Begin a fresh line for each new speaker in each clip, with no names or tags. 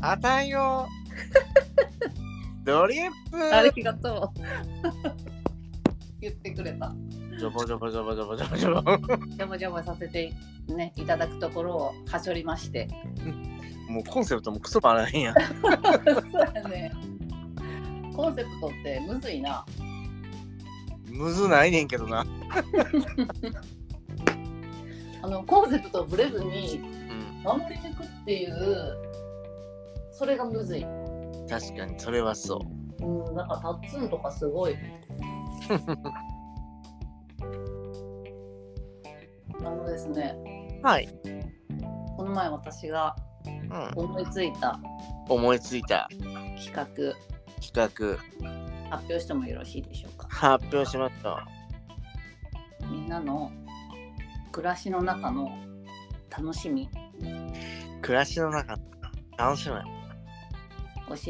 あたん よ。ドリッ
あ
プ。
りがとう。 言ってくれた。
ジョボジョボジョボジョボジョボジョボ。
ジャもジャもさせて、ね、いただくところをはしょりまして。
もうコンセプトもクソばらへんやん。
そうやね。コンセプトってむずいな。
むずないねんけどな。
あのコンセプトをぶれずに
うん。
守り抜くっていうそれがむずい。
確かにそれはそう。
うん、なんかタッツンとかすご い。あのですね、
はい。
この前私が
うん。
思いついた
思いついた
企画
企
発表してもよろしいでしょうか
画発表しました。
みんなの暮らしの中の楽しみ
暮らしの中楽しみ。
教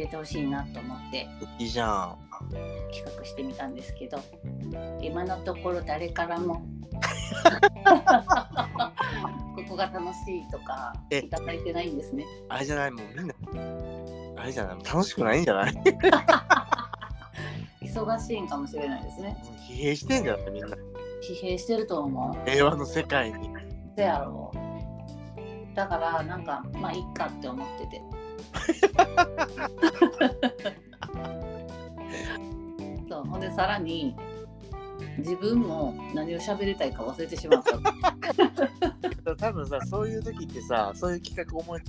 えてほしいなと思って
いいじゃん。
企画してみたんですけど今のところ誰からも ここが楽しいとか
え
いただいてないんですね
あれじゃないもうみんな。あれじゃない楽しくないんじゃない
忙しいんかもしれないですね
疲弊してんじゃないみんな。
疲弊してると思う
平和の世界に。
せやろうだからなんかまあいっかって思っててそうほんでさらに自分も何を喋りたいか忘れてしまった
多分さそういう時ってさそういう企画思い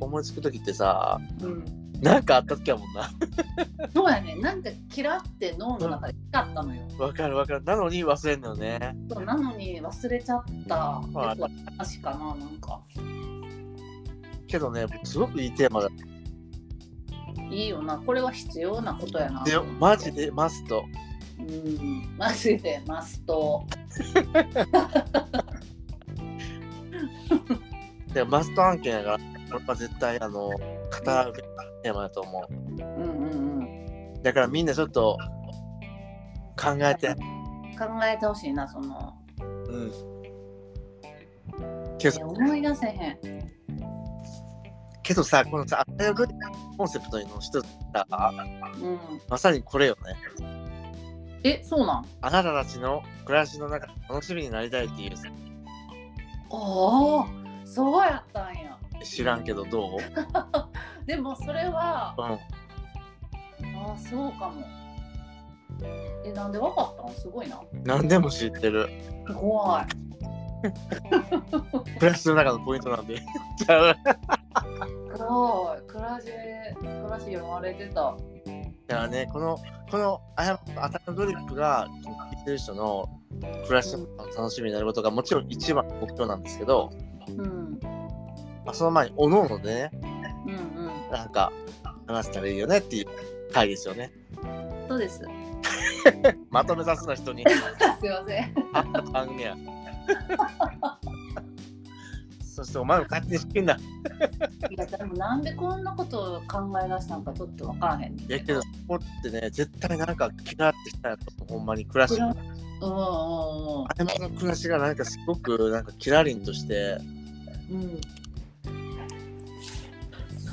思いつく時ってさ
うん
なんかあった時やもんな
そうやねなんかキラって脳の中で光ったのよ
わかるわかるなのに忘れんのよね
そうなのに忘れちゃった
まあ
やつは話かななんか
けどねすごくいいテーマだ
いいよなこれは必要なことやな
でマジでマスト
うんマジでマスト
でマスト案件やからこれは絶対あの語るべきテーマだと思
うんうんうん
うだからみんなちょっと考えて
考えてほしいなその
うんけ
いや
ど
思い出せへん
けどさこのさ「あたよぐ」コンセプトの一つさ
うん
まさにこれよね
えそうなん
あなたたちの暮らしの中楽しみになりたいっていうさ
ああそうやったんや
知らんけどどう
でもそれは
うん
ああそうかもえなんでわかったんすごいな
何でも知ってる。
怖い
プラスの中のポイントなんで。 ちゃうだ
怖い暮らし暮らし読まれてた
からね、この、この、あや、アタックグリップが、聞いてる人の。暮らしの楽しみになることが、もちろん一番の目標なんですけど。
うん
まあ、その前に、おのおのでね、
うんうん
なんか、話せたらいいよねっていう回ですよね。
そう ですす
まとめさすな人に、
いません
あった番組や。 そして、お前も勝手に仕組んだ。
いやでもなんでこんなことを考え出したのかちょっとわからへん
いやけど、そこってね、絶対なんか、キラってしたやつ、ほんまに暮らし。
うんうん
あれもの暮らしがなんかすごくなんかキラリンとして
うん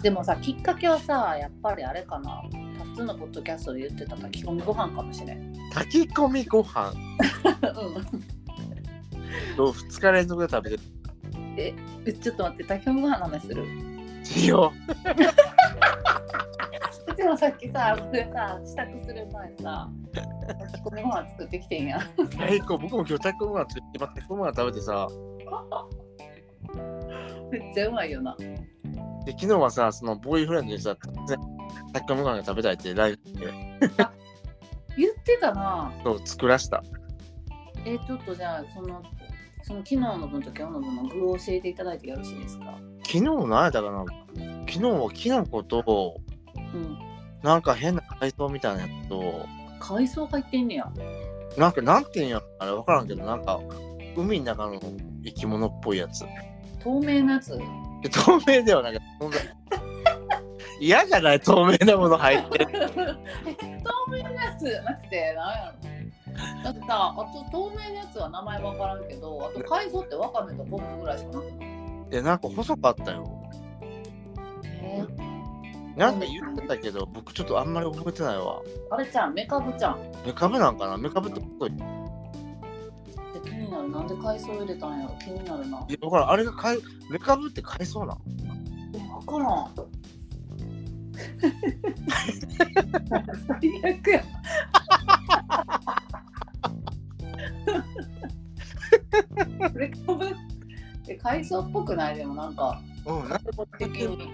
でもさきっかけはさやっぱりあれかなタッツのポッドキャストで言ってた炊き込みご飯かもしれん。うん
炊き込みご飯を2日連続で食べてる
ええ ちょっと待って炊き込みご飯の話する。
いいよ
うちもさっきさこれさ支度する前さ炊き込みご飯作ってきてんや。
最高僕も今日炊き込みご飯ついて炊き込みご飯食べてさ
めっちゃうまいよな。
で昨日はさそのボーイフレンドにさ炊き込みご飯が食べたいってライブで
言ってたな。
そう作らした
えちょっとじゃあそのその昨日の分と今日の分の具を教えていただいてよろしいですか。
昨日何やったかな昨日はきな粉と
うん。
なんか変な海藻みたいなやつと
海藻入ってんねや。
なんかなんていうんやろあれ分からんけどなんか海の中の生き物っぽいやつ
透明なやつ。
で透明ではなくてそんな嫌じゃない透明なもの入ってる
透明なやつじゃなくて何やろだってさあと透明なやつは名前分からんけどあと海藻ってわかめと昆布ぐらいしかなくない
やなんか細かったよ
えー
なんか言ってたけど、僕ちょっとあんまり覚えてないわ。
あれちゃん、メカブちゃん。っ
メカブなんかなメカブってことい
て気になる。なんで海藻入れたんやろ気になるな。わ
やだからんあれがかいメカブって買いそうなの
からん。 最悪や。 メカブって海藻っぽくないでもなんか、
うん、なんか
的に。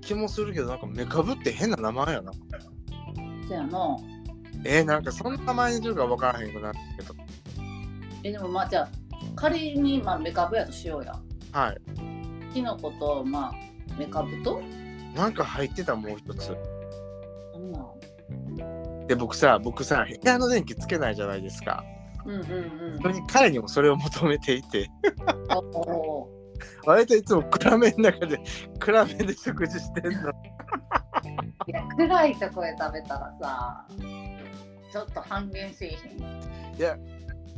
気もするけど、なんかメカブって変な名前やな。
そやな。
えー、なんかそんな名前にするか分からへんくなるけど。
え、でもまあじゃあ、仮にまあメカブやとしようや。
はい。
キノコと、まあ、メカブと、
なんか入ってたもう一つ。
なんなん
で、僕さ、僕さ、部屋の電気つけないじゃないですか。
うんうんうん
それに彼にもそれを求めていて、
おお
割といつも暗めの中で、暗めで食事してんの。
ーいや暗いとこで食べたらさちょっと半減製品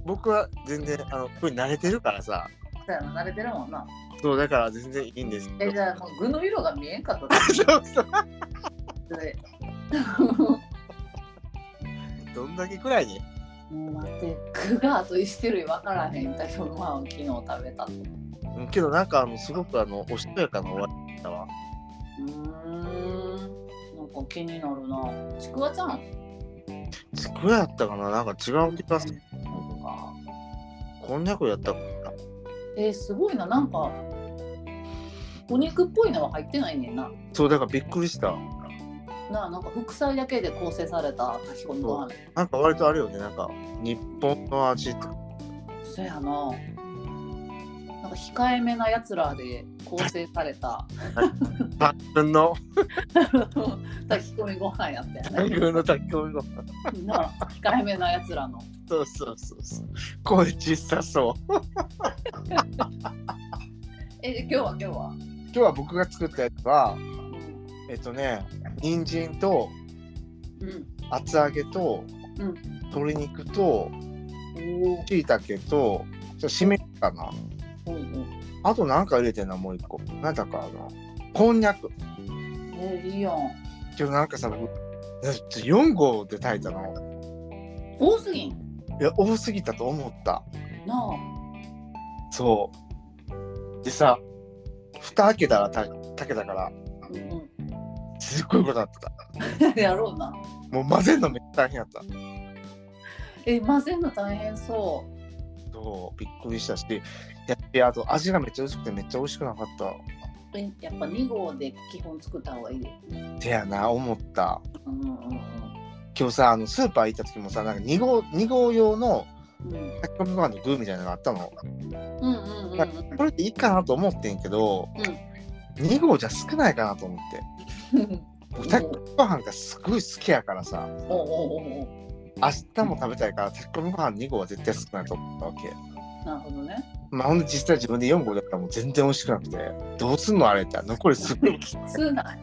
僕は全然、あの、これ慣れてるからさ。
そうやな慣れてるもんな
そう、だから全然いいんですけ
え
ど
じゃあもう具の色が見えんかったっ
そうそう。
て
どんだけくらいに
もう待って具があと1種類分からへんだけどまあ昨日食べたう
うんけどなんかあのすごくあのおしとやかな終わりだったわ。
ーんなんか気になるなちくわちゃん
ちくわやったかななんか違う気がする。
なんか
こんにゃくやったかな
えーすごいななんかお肉っぽいのは入ってないねんな
そうだからびっくりした。
なあなんか副菜だけで構成された炊き込みご飯
なんか割とあるよね。なんか日本の味とか。
そやななんか控えめなやつらで構成された
大群の
炊き込みご飯やったよ
大
ね
群の炊き込みご飯。
なあ控えめなやつらの
そうそうそうそう。声小さそう。
え今日は今日は、
今日は僕が作ったやつは
う
えっとね人参と
ん
厚揚げと、
うん
鶏肉と
うん、おお
椎茸とちょしめじかな。あとなんか入れてんなもう一個。なんだかな。こんにゃく。
えいいやん
けどなんかさ僕4号で炊いたの
多すぎん
いや多すぎたと思った
なあ
そうでさ蓋開けたらた炊けたから
うんうん
すっごいことだった
やろうな
もう混ぜるのめっちゃ大変やった
え混ぜんの大変そう
そうびっくりしたしやっぱあと味がめっちゃ薄くてめっちゃ美味しくなかった
えやっぱ2号で基本作った方がいいで
てやな思った
うんうん
今日さあのスーパー行った時もさなんか2号二号用の
うんうん
炊き込みご飯の具みたいなのがあったの
うんうんうんうんうん
これでいいかなと思ってんけど、二2号じゃ少ないかなと思って僕炊き込みご飯がすごい好きやからさ
おおおお
明日も食べたいから炊き込みご飯2合は絶対少ないと思ったわけ。
なるほどね。
まあ、ほんで実際自分で4合だからもう全然美味しくなくてどうすんのあれって残りすごいき
つない。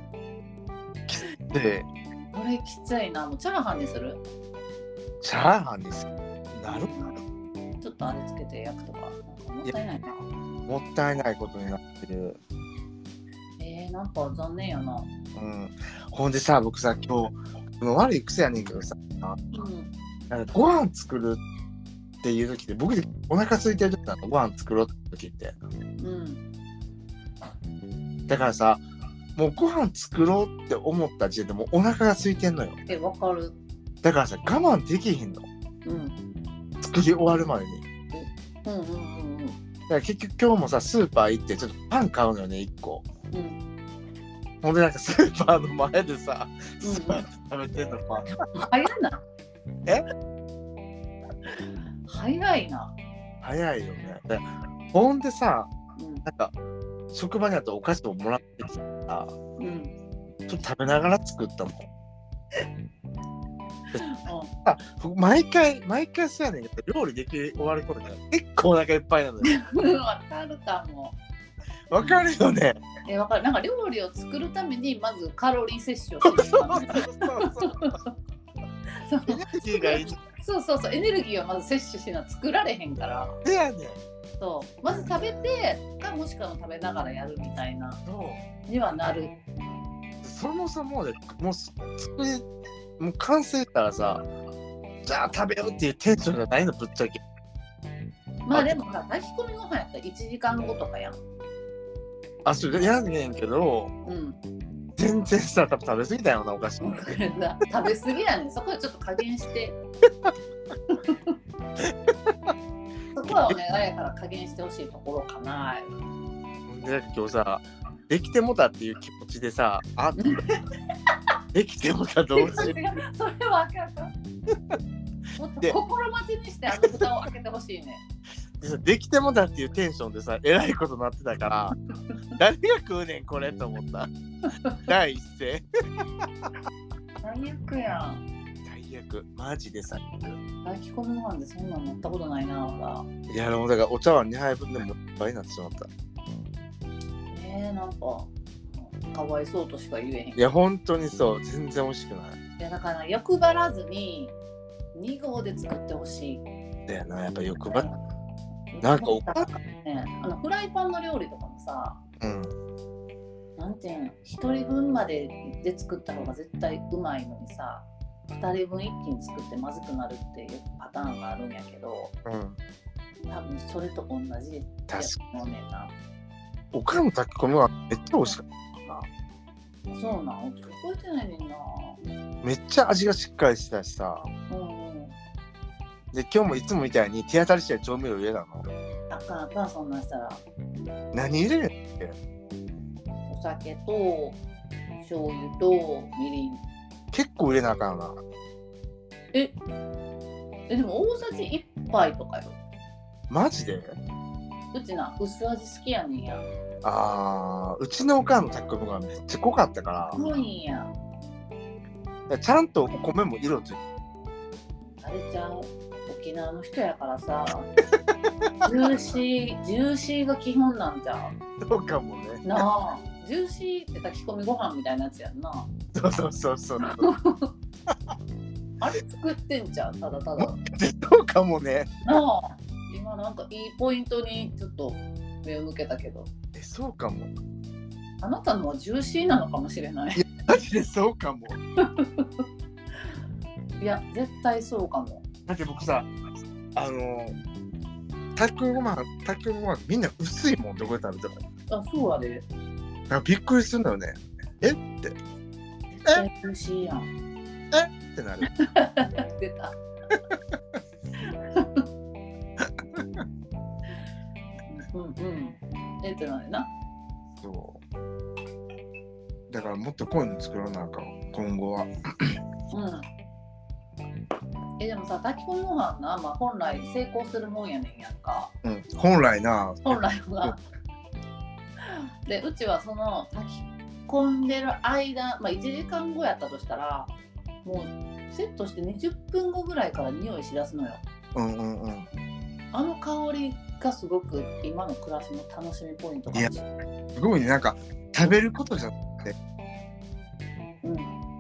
て
これきついな。もうチャーハンにする
チャーハンにするなる
ちょっとあれつけて焼くとか。なんかもったいないな。
もったいないことになってる、
えー、なんか残念やな。
うん、ほんでさ僕さ今日この悪い癖やねんけどさ
うん。
なんかご飯作るっていう時って僕お腹空いてる時なのご飯作ろうって時って
うん。
だからさもうご飯作ろうって思った時点でもうお腹が空いてんのよ
え、わかる。
だからさ我慢できひんの
うん。
作り終わるまでに。
うんうんうんうん。
だから結局今日もさスーパー行ってちょっとパン買うのよね1個
うん、
ほんでなんかスーパーの前でさスーパーで食べてんのパン、
早いな。
え
早いな。
早いよねでほんでさ
うん
なんか職場にあったお菓子をもらってきたからちょ。
うん。うん
っと食べながら作ったもんあ僕毎回毎回そうやねんけど料理でき終わる頃には結構お腹いっぱいなのよ
うん。わかるかも。
わかるよね
え、わかる。なんか料理を作るために、まずカロリー摂取をしてしまうね。 そう
エネルギーがいい
そうそうそうエネルギーをまず摂取しな作られへんから
せやねん
そうまず食べてかもしくは食べながらやるみたいな
そう
にはなる
そもそもでもうそ作りもう完成したらさじゃあ食べようっていうテンションじゃないのぶっちゃけ
まあでもさ炊き込みご飯やったら1時間後とかやん
あそれやんねんけど
うん
全然さ多分食べ過ぎたよなお菓子
だからさ食べ過ぎやねんそこはちょっと加減して そこはお願いやから加減してほしいところかな
でなんか今日さできてもたっていう気持ちでさあできてもたどうしよう
それはあかん かもっと
で
心待ちにしてあの蓋を開けてほしいね
でさできてもたっていうテンションでさえらいことなってたから誰が食うねんこれと思った第一声
最悪やん
最悪マジで最悪
炊き込みご飯でそんなん乗ったことないなまだ
いやでもだからお茶碗2杯分でもいっぱいになってしまった
ねえなんかかわいそうとしか言えへん
いや本当にそう全然美味しくない
いやだから欲張らずに2号で作ってほしい。
だよなやっぱ欲張っなんかお
ねあのフライパンの料理とかもさ、
うん
なんていうん、1人分までで作った方が絶対うまいのにさ、2人分一気に作ってまずくなるっていうパターンがあるんやけど、
うん
多分それと同じや
確か
もねんな。
おかんの炊き込みはめっちゃ美味しかっ
そうなん、覚えてないねんな。
ためっちゃ味がしっかりしてたしさ
うんうん。
で今日もいつもみたいに手当たり次第調味料入れたの
あかんあかん、そんなんしたら。
何入れるん
お酒と醤油とみりん
結構入れなあかんな
ええでも大さじ1杯とかよ
マジで
うちな薄味好きやねんや
あーうちのおかんの炊き込みがめっちゃ濃かったから
濃いんや
いやちゃんとお米も色ついて
あれちゃう沖縄の人やからさジューシージューシーが基本なんじゃ
そうかもね
うなあジューシーって炊き込みご飯みたいなやつやんな
そうそうそうそ う
あれ作ってんじゃんただただな
そうかもね
あ今なんかいいポイントにちょっと目を向けたけど
えそうかも
あなたのはジューシーなのかもしれない
マジでそうかも
いや絶対そうかも
だって僕さあの炊き込みご飯炊き込みご飯みんな薄いもんどこで食べても
あそうやで
なんかびっくりするんだよね
絶対美味しいやん
ってなる
出た うんうんえってないな
そうだからもっとこういうの作らなあかん今後は
うんえでもさ炊き込みご飯な、まあ、本来成功するもんやねんやんか
うん本来な
本来はでうちはその炊き込んでる間、まあ、1時間後やったとしたらもうセットして20分後ぐらいから匂いしだすのよ
うんうんうん
あの香りがすごく今の暮らしの楽しみポイントかもしれない。
すごいねなんか食べることじゃ
うん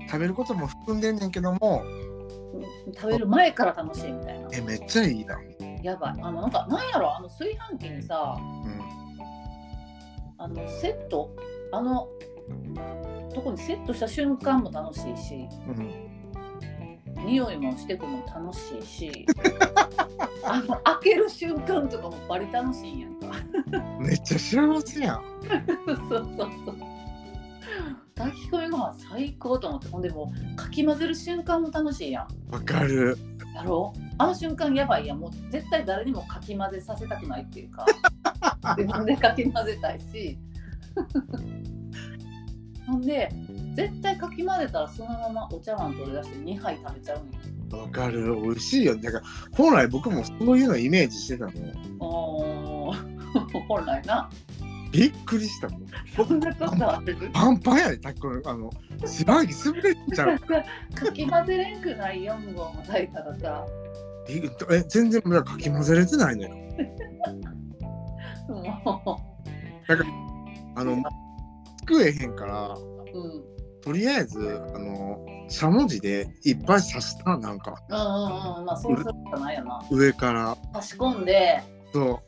食べることも含んでんねんけども
食べる前から楽しいみたいな。
えめっちゃいいな
やばい。あのなんかなんやろあの炊飯器にさ
うん
あのセットあのとこにセットした瞬間も楽しいし
うん
匂いもしてくのも楽しいし あの開ける瞬間とかもバリ楽しいんやんか。
めっちゃ幸せやん
そうそうそう。炊き込みご飯最高と思ってほんでもうかき混ぜる瞬間も楽しいやん。
わかる
やろうあの瞬間やばいやんもう絶対誰にもかき混ぜさせたくないっていう か自分でかき混ぜたいし ほんで絶対かき混ぜたらそのままお茶碗取り出して2杯食べちゃうんよ
わかる美味しいよねだから本来僕もそういうのイメージしてたの
おー 本来な
びっくりしたもん
そんなことある
パンパンやで、タックル、あの、しばらき潰れちゃう。
かき混ぜれんくない4号も炊いたらさ
えっとえ、全然、まだかき混ぜれてないのよ。
も
あ の、作えへんから、
う、うん、うんうん
とりあえず、あの、しゃもじでいっぱい刺した、なんか、
うんまあそうするしかないよな
上から。
差し込んで
そ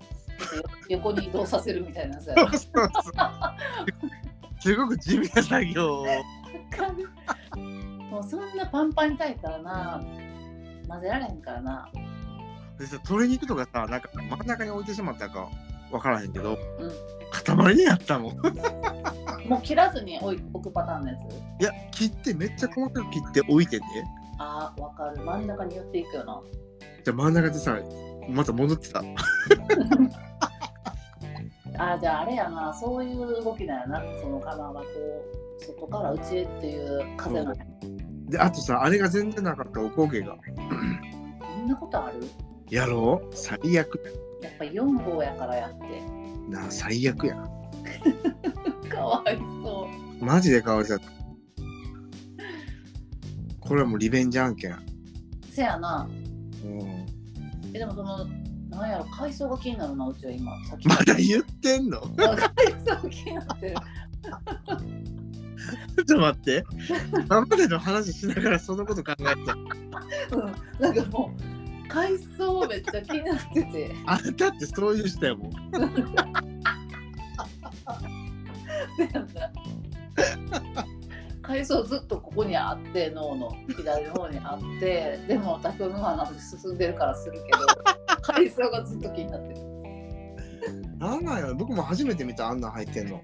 横に移動させるみたいなさ
う。そうそうすごく地味な作業を
パンパンに炊いたらな混ぜられへんからな
でさ鶏肉とかさなんか真ん中に置いてしまったか分からへんけど、
うん
塊になったもん
もう切らずに置い置くパターンのやつ
いや切ってめっちゃ細かく切って置いてね
あーわかる真ん中に寄っていくよな
じゃあ真ん中でさまた戻ってた
あーじゃああれやなそういう動きだよなその釜がこう外から内へっていう風が
であとさあれが全然なかったおこげが
こんなことある
やろう最悪
やっぱ4号やからやって
なあ最悪や
かわいそ
マジでかわいそうやったこれはもうリベンジ案件
うせやな
うん
えでもそのなんやろ海藻が気になるなうちは今さっき
まだ 言ってんの
海藻気になってる
ちょっと待って今までの話しながらそのこと考えてた
うんなんかもう海藻めっちゃ気になってて
あんたってそういう人やもん
せやな海藻ずっとここにあって脳の左の方にあってでも卓の話進んでるからするけど海藻がずっと気になってる
なんなんやろ僕も初めて見たあんなん入ってんの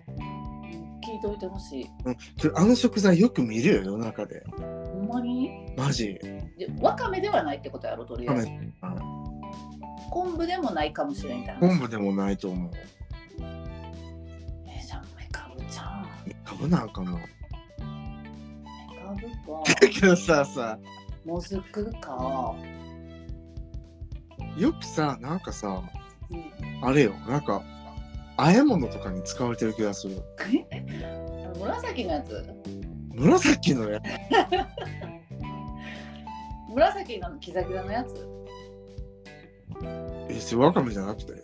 聞いといてほしい
けどあの食材よく見るよ世の中で
ほんまに
マジ
でわかめではないってことやろとりあえず昆布でもないかもしれんみたいな
昆布でもないと思う
えじゃあめかぶちゃん
かぶなんかな
めかぶか
けどささ
もずくか、
よくさなんかさ
うん、
あれよなんか和え物とかに使われてる気がする
紫のやつ
紫のや
紫のギザギザのやつ
えそれわかめじゃなくて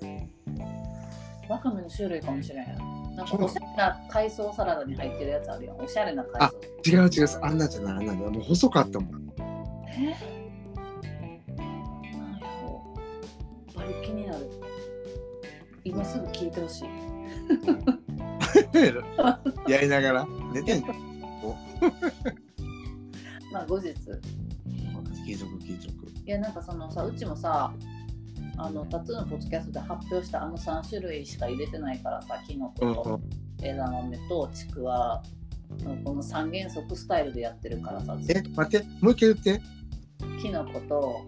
わかめの種類かもしれんやんなんかおしゃれな海藻サラダに入ってるやつあるやんおしゃれな海藻
違う違うあんなんじゃないあんなんじゃないもう細かったも ん
えーなんやろうバリ気になる今すぐ聞いてほしい
やりながら寝てんの
まあ後日
聞いとく聞いとく
いやなんかそのさうちもさあのタトゥーのポッドキャストで発表したあの3種類しか入れてないからさキノコと枝豆とちくわのこの三原則スタイルでやってるからさずっと
え待ってもう一回言って
きのこと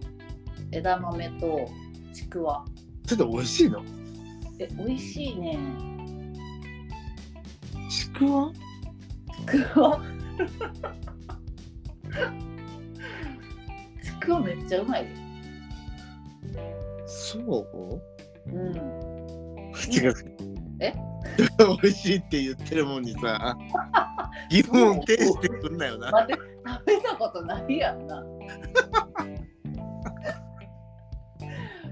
枝豆とちくわ
ちょっと美味しいの
え美味しいね
ちくわ
ちくわ ちくわめっちゃうまいで
そう
うん
違う。
え
美味しいって言ってるもんにさ、疑問呈してくんなよな。
待って食べたことないやんな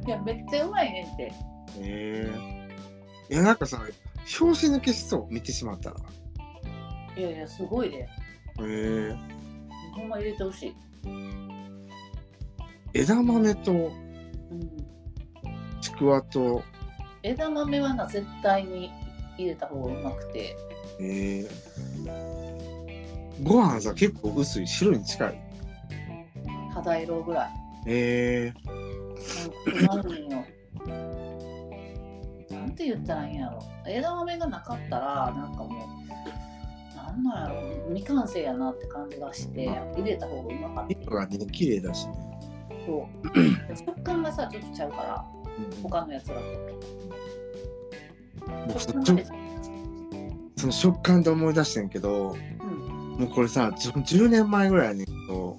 いやめっちゃうまいねんって
ええいや、なんかさ、表紙抜けしそう、見てしまったら。
いやいやすごいで
ええ
ほんま入れてほしい、
枝豆と
うん、
ちくわと、
枝豆はな絶対に入れた方がうまくて
ええご飯さ、結構薄い、白に近い。
肌色ぐらい
ええ
うん困るんよ。なんて言ったらいいんやろ。枝豆がなかったら、なんかもう、なんなんやろ、未完成やなって感じがして、入れた方がうまかったけ
肉がね、綺麗だしね。
ど、食感がさ、ちょっとちゃうから、
うん
他のやつらと。
僕そ
食感
の
が
ちょ
ね
その食感で思い出してんけど、
うん、
もうこれさ、じゅ 10, 年前ぐらいやねんけど、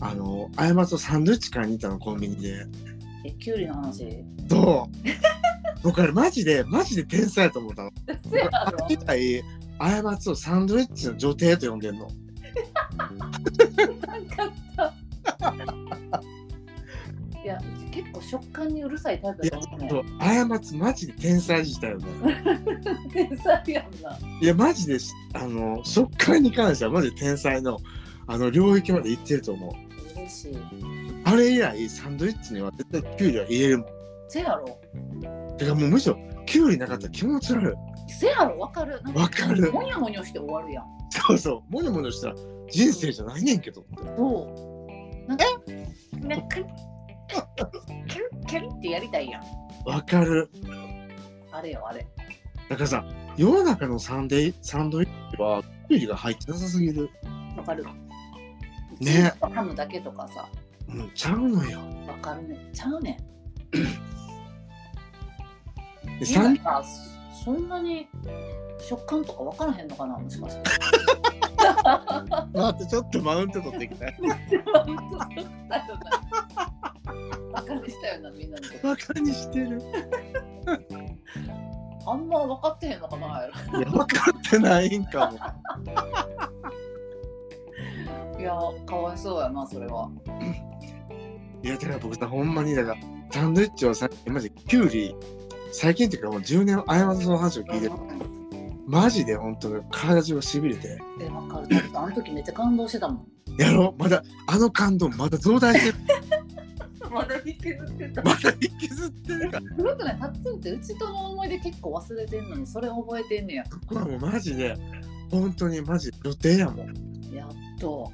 うん。
あの、あやまとサンドイッチ買いに行ったの、コンビニで。
え、きゅうりの話。
そう。 僕あれマジで、マジで天才やと思ったの。
せや
あ
ろ
れ。自体、過ちをサンドイッチの女帝と呼んでんの。
なんかった。いや、うち結構食感にうるさいタイプ
い
だ
や、
と思う
そ
ね
う。過ちマジで天才したよね。
天才やんな。
いや、マジで、あの、食感に関してはマジで天才の、あの、領域まで行ってると思う。
嬉しい。
あれ以来、サンドイッチには絶対キュウリは入れるもん。
せやろ。
だからもうむしろキュウリなかったら気持ち悪い
せやろわかるなん
わかる
もにょもにょして終わるやん
そうそうもにょもにょしたら人生じゃないねんけど
そうなんかなんかキャリキャリってやりたいやん
わかる
あれよあれ
だからさ世の中のサンデーサンドイッチはキュウリが入ってなさすぎる
わかる
ね
チーズとハムだけとかさ
うんちゃうのよ
わかるねちゃうねん
でサ
今
ン
さそんなに食感とかわからへんのかなもしかして
待ってちょっとマウント取ってきた
バカにしたよなみんなのこと
バカにしてる
あんま分かってへんのかない
や分かってないんかも
いやかわいそうやなそれはい
やだから僕さほんまにだからサンドイッチはさマジキュウリ最近っていうかもう10年あやまさんの話を聞いてるマジで本当に体中がしびれて
え分かるちょっとあの時めっちゃ感動してたもん
やろまだあの感動まだ増大してる
まだ引きずってた
まだ引きずってるから
すごくないタッツンってうちとの思い出結構忘れてんのにそれ覚えてんねや
僕はもうマジで本当にマジ予定やもん
やっと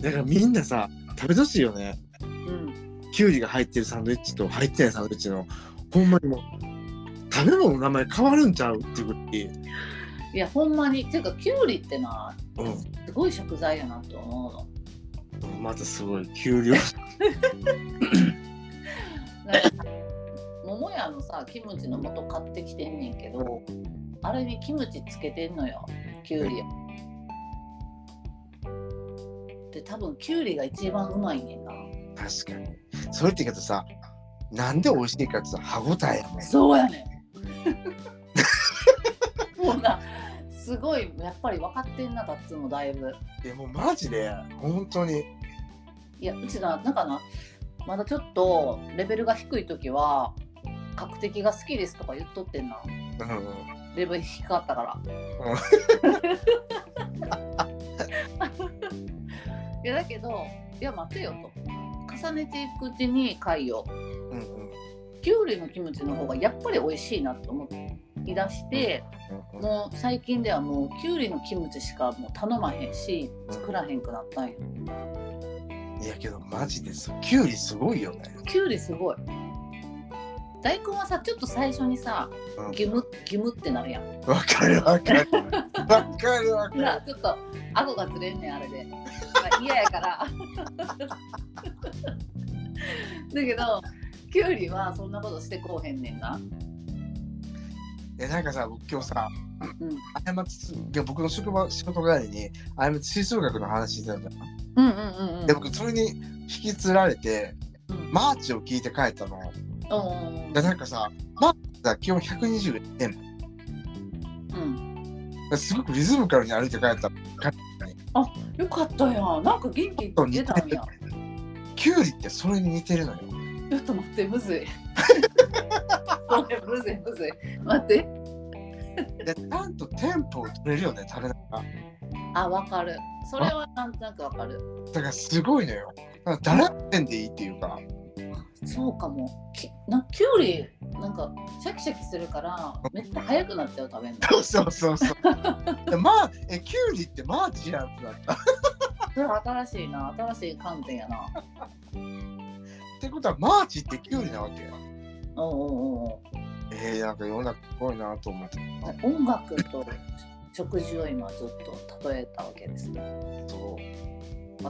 だからみんなさ食べてほしいよね
うん
キュウリが入ってるサンドイッチと入ってないサンドイッチのほんまにもう食べ物の名前変わるんちゃうっていうぐらい
いやほんまにっていうかきゅうりってな
うん
すごい食材やなと思うの
またすごい給料
なんか桃屋のさキムチの素買ってきてんねんけどあれにキムチつけてんのよきゅうりで多分きゅうりが一番うまいねんな
確かにそれって言うけどさなんで美味しいかってさ歯ごたえやもん
そうやねん もうなすごいやっぱり分かってんなタッツンもだいぶ
でもうマジで本当に
いやうちななんかなまだちょっとレベルが低い時は「角的が好きです」とか言っとってんな
うん
レベル低かったから。いやだけどいや待てよと重ねていくうちに貝を
うんうん
きゅうりのキムチの方がやっぱり美味しいなと思いだして、
うん
もう最近ではもうきゅうりのキムチしかもう頼まへんし作らへんくなったんよ。
うんいやけどマジでそうキュウリすごいよね
きゅうりすごい大根はさちょっと最初にさ
うん
ギムギムってなるやん。
わかるわかるわかるわかる
なちょっと顎がずれんねんあれ で、まあ、嫌やからだけどキュウリはそんなことしてこうへんねんな、
えなんかさ僕今日さ
うん、
過ちいや僕の職場仕事帰りに過ち吹奏楽の話してたじゃん、
うんうんうんうん
で僕それに引きつられて
うん
マーチを聞いて帰ったの
うん
でなんかさマーチさ基本120点
うん
すごくリズムカルに歩いて帰った
よかったやんなんか元気出たんや
キュウリってそれに似てるのよ
ちょっと待ってむずいこれむずいむずい待って
でちゃんとテンポを取れるよね食べながら
あわかるそれはなんとなくわかる
だからすごいのよだから誰点でいいっていうか
そうかもきなキュウリなんかシャキシャキするからめっちゃ早くなっちゃう食べんの
そうそうそうそうでまあえキュウリってマーチやんってなったっ
それは新しいな新しい観点やな
てことはマーチってキュウリなわけ
おうおうおう
えー、なんか世の中すごいなと思って
音楽と食事を今ちょっと例えたわけですね
そ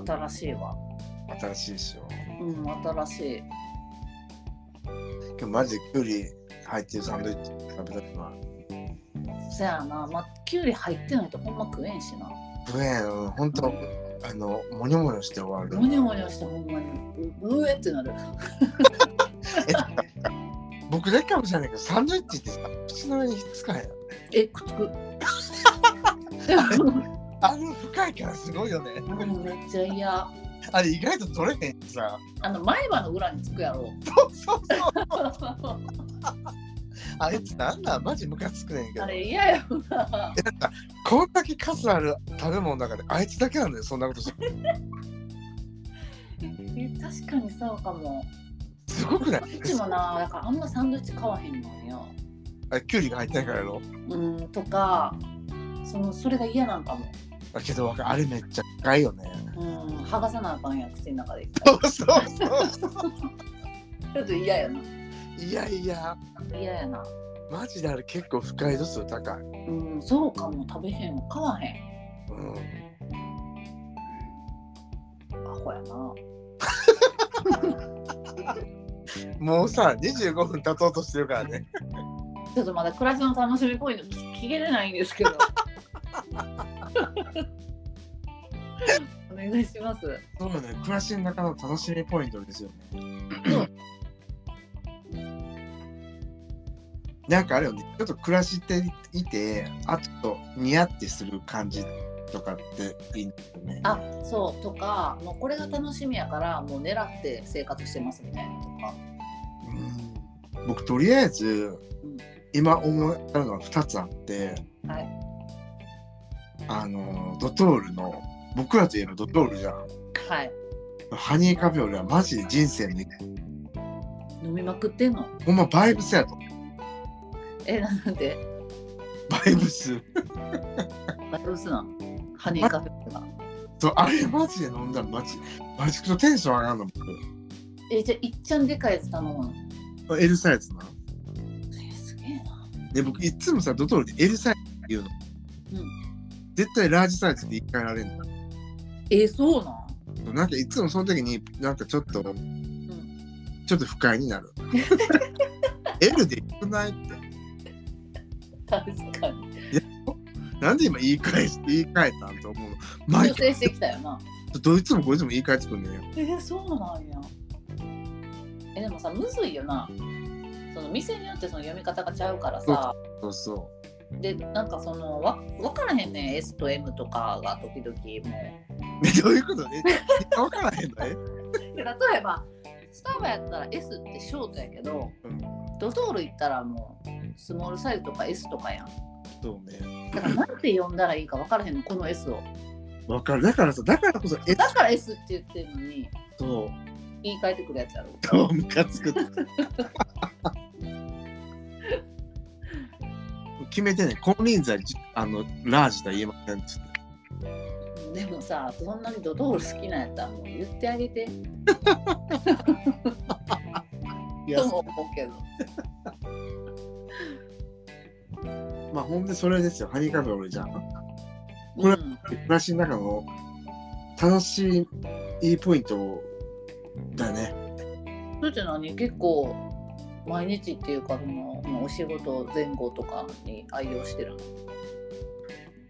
新しいわ
う新しいですよ
うん新しい
今日マジでキュウリ入ってるサンドイッチ食べたくない
せやなまきゅうり入ってないとほんま食えんしな
不縁うんほんとあのモニョモニョして終わる
もにゃもにゃしてほんまにううえってなる
僕だけかもしれないけどサンドイッチってさ口の上にひっつかへん
えくっつく
あの深いからすごいよね
うんめっちゃ嫌
あれ意外と取れへんしさ
あの前歯の裏につくやろ
そうそうそう
あ
あいつなんなんマジムカつくねんけど
れ嫌やろな
こんだけ数ある食べ物の中であいつだけなんだよそんなことして
え確かにそうかも
すごくないう
ちもなだからあんまサンドイッチ買わへんのよ
あキュウリが入ってないからやろ
うんとかそのそれが嫌なんかも、
だけどわかあれめっちゃ高いよね
うん、剥がさなあかんやん口の中で
そうそうそう
ちょっと嫌やない
やいや
嫌やな
マジであれ結構不快度数高い
うんそうかも食べへん買わへん
うん
アホやな
もうさ25分経とうとしてるからね
ちょっとまだ暮らしの楽しみポイント聞聞けれないんです けどお願いします
そうだね暮らしの中の楽しみポイントですよ ね
そう
なんかあれよねちょっと暮らしていてあちょっとニヤってする感じとかっていいんだよね
あそうとかもうこれが楽しみやからもう狙って生活してますみたいなとか
うん僕とりあえず
ん
今思いたのが2つあって
はい
あのドトールの僕らといえばドトールじゃん
はい
ハニーカフェオレはマジで人生に
飲みまくってんの
ほんまバイブスやと
えなんで
バイブス
バイブスなんハニーカフェとか
そうあれマジで飲んだらマジマジとテンション上がるの僕
えじゃあいっちゃんでかいやつ頼むの
L サイズな
えすげえな
で僕いつもさドトールで L サイズっていうの、絶対ラージサイズって言い換えられるんだ
えそうなん
なんかいつもその時になんかちょっと、ちょっと不快になる L でよくないって
確かに
なんで今言い返し言い換えたんと思うの毎
修
回
正してきたよな
どいつもこいつも言い換えてくんねんよ
えそうなんやえでもさむずいよなその店によってその読み方がちゃうからさ
そうそ
でなんかそのわ分からへんねん S と M とかが時々も
うえどういうことね分からへんのえ
うで例えばスタバやったら S ってショートやけど、
うん
ドトール行ったらもうスモールサイズとか S とかやん
そうね
だからなんて呼んだらいいか分からへんのこの S を
分かるだからさだからこそえっ
だから S って言ってるのに
と
言い換えてくるやつやろ
とムカつく 決めてね金輪際じあのラージとは言えませんっつって
でもさそんなにドトール好きなんやったらもう言ってあげて
いや
とも思うけど
まあほんでそれですよハニーカフェ俺じゃんこれ
うん
暮らしの中の楽しいポイントだね
それって何結構毎日っていうかそのまあお仕事前後とかに愛用してる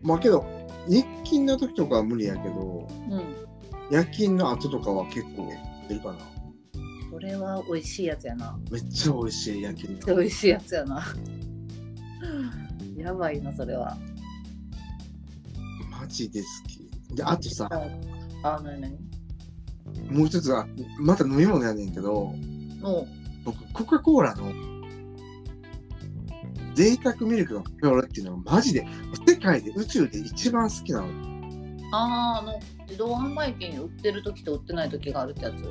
まあけど日勤の時とかは無理やけど
のうん
夜勤の後とかは結構出るかな
それは美味しいやつやな
めっちゃ美味しい夜勤
美味しいやつやな やばいなそれは
マジで好きであとさ
あなになに
もう一つはまた飲み物やねんけど
もう
僕コカ・コーラの贅沢ミルクのカフェオレっていうのがマジで世界で宇宙で一番好きなの
あーあの自動販売機に売ってる時と売ってない時があるってやつ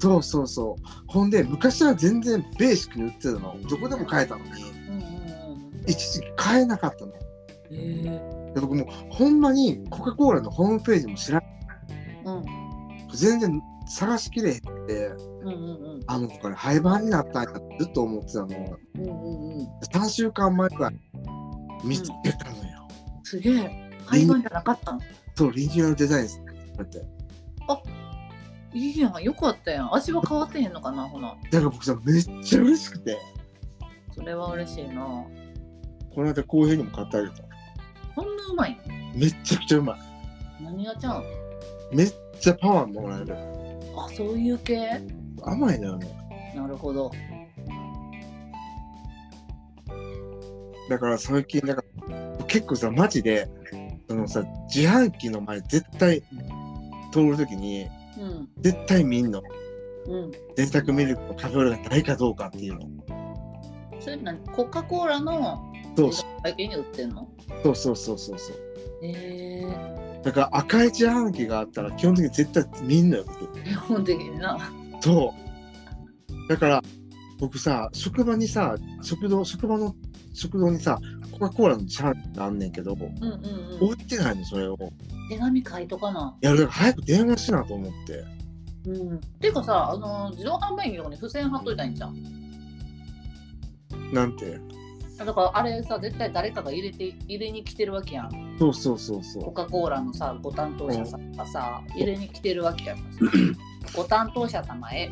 そうそうそうほんで昔は全然ベーシックに売ってたのどこでも買えたのに
うんうん
一時期買えなかったの
うんへ
で僕もうほんまにコカ・コーラのホームページも知ら
えうん
全然探しきれへんって
うんうん
あもうこれ廃盤になったんやってずっと思ってたの
うんうんうんうん
3週間前くらい見つけたのよ、
すげえ廃盤じゃなかったの
そうリニューアルデザインですだって
いいやんよかったやん味は変わってへんのかなほな
だから僕さめっちゃ嬉しくて
それは嬉しいな
この間コーヒーにも買ってあげた
こんなうまい
めっちゃくちゃうまい
の何がちゃうん
めっちゃパワーもらえる
あそういう系
甘いのよね
なるほど
だから最近だから結構さマジでそのさ自販機の前絶対通るときに
うん
絶対見んの
うん
電卓ミルクのカフェオレがないかどうかっていうの
それ何コカ・コーラの
そう
自動販売機に売ってんの
そうそうそうそうそう
へえ
だから赤い自販機があったら基本的に絶対みんなよ僕
基本的にな
そうだから僕さ職場にさ食堂職場の食堂にさコカ・コーラのチャンがあんねんけど置
うんうんうん
いてないのそれを
手紙書いとかない
やだから早く電話しなと思って
うんていうかさあの自動販売機とかに付箋貼っといたいんじゃん
なんて
だからあれさ絶対誰かが入れて入れに来てるわけやん
そうそうそう
コ
そ
カ・コーラのさご担当者さんがさ入れに来てるわけやんご担当者様へ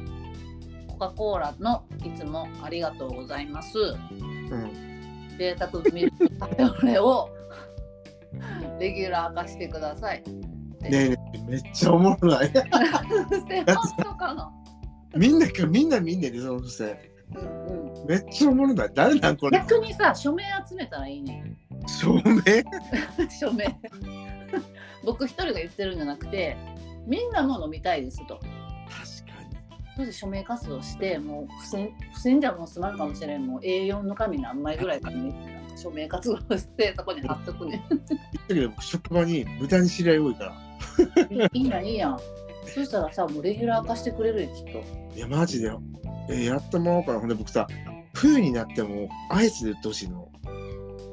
コカ・コーラのいつもありがとうございます
う、うん、
贅沢ミルクカフェオレをレギュラー化してください。
ねえねえめっちゃおもろない
ステファンとかの。
みんなみんな見んねんでその付箋
うんうん
めっちゃおもろない誰なんこれ
逆にさ、署名集めたらいいね。
照明
署名。僕一人が言ってるんじゃなくて、みんなも飲みたいですと。
確
それで署名活動して、もう不戦不戦じゃもう済まんかもしれん。もう A4 の紙何枚ぐらいかね。なんか署名活動して、そこに貼っとくね。
かにだけど僕職場に豚に知り合い多いから
いいやん、いいやん。そしたらさ、もうレギュラー化してくれるよ、きっと。
いやマジでえやってもらおうかなほんで僕さ冬になってもアイスで売ってほしいの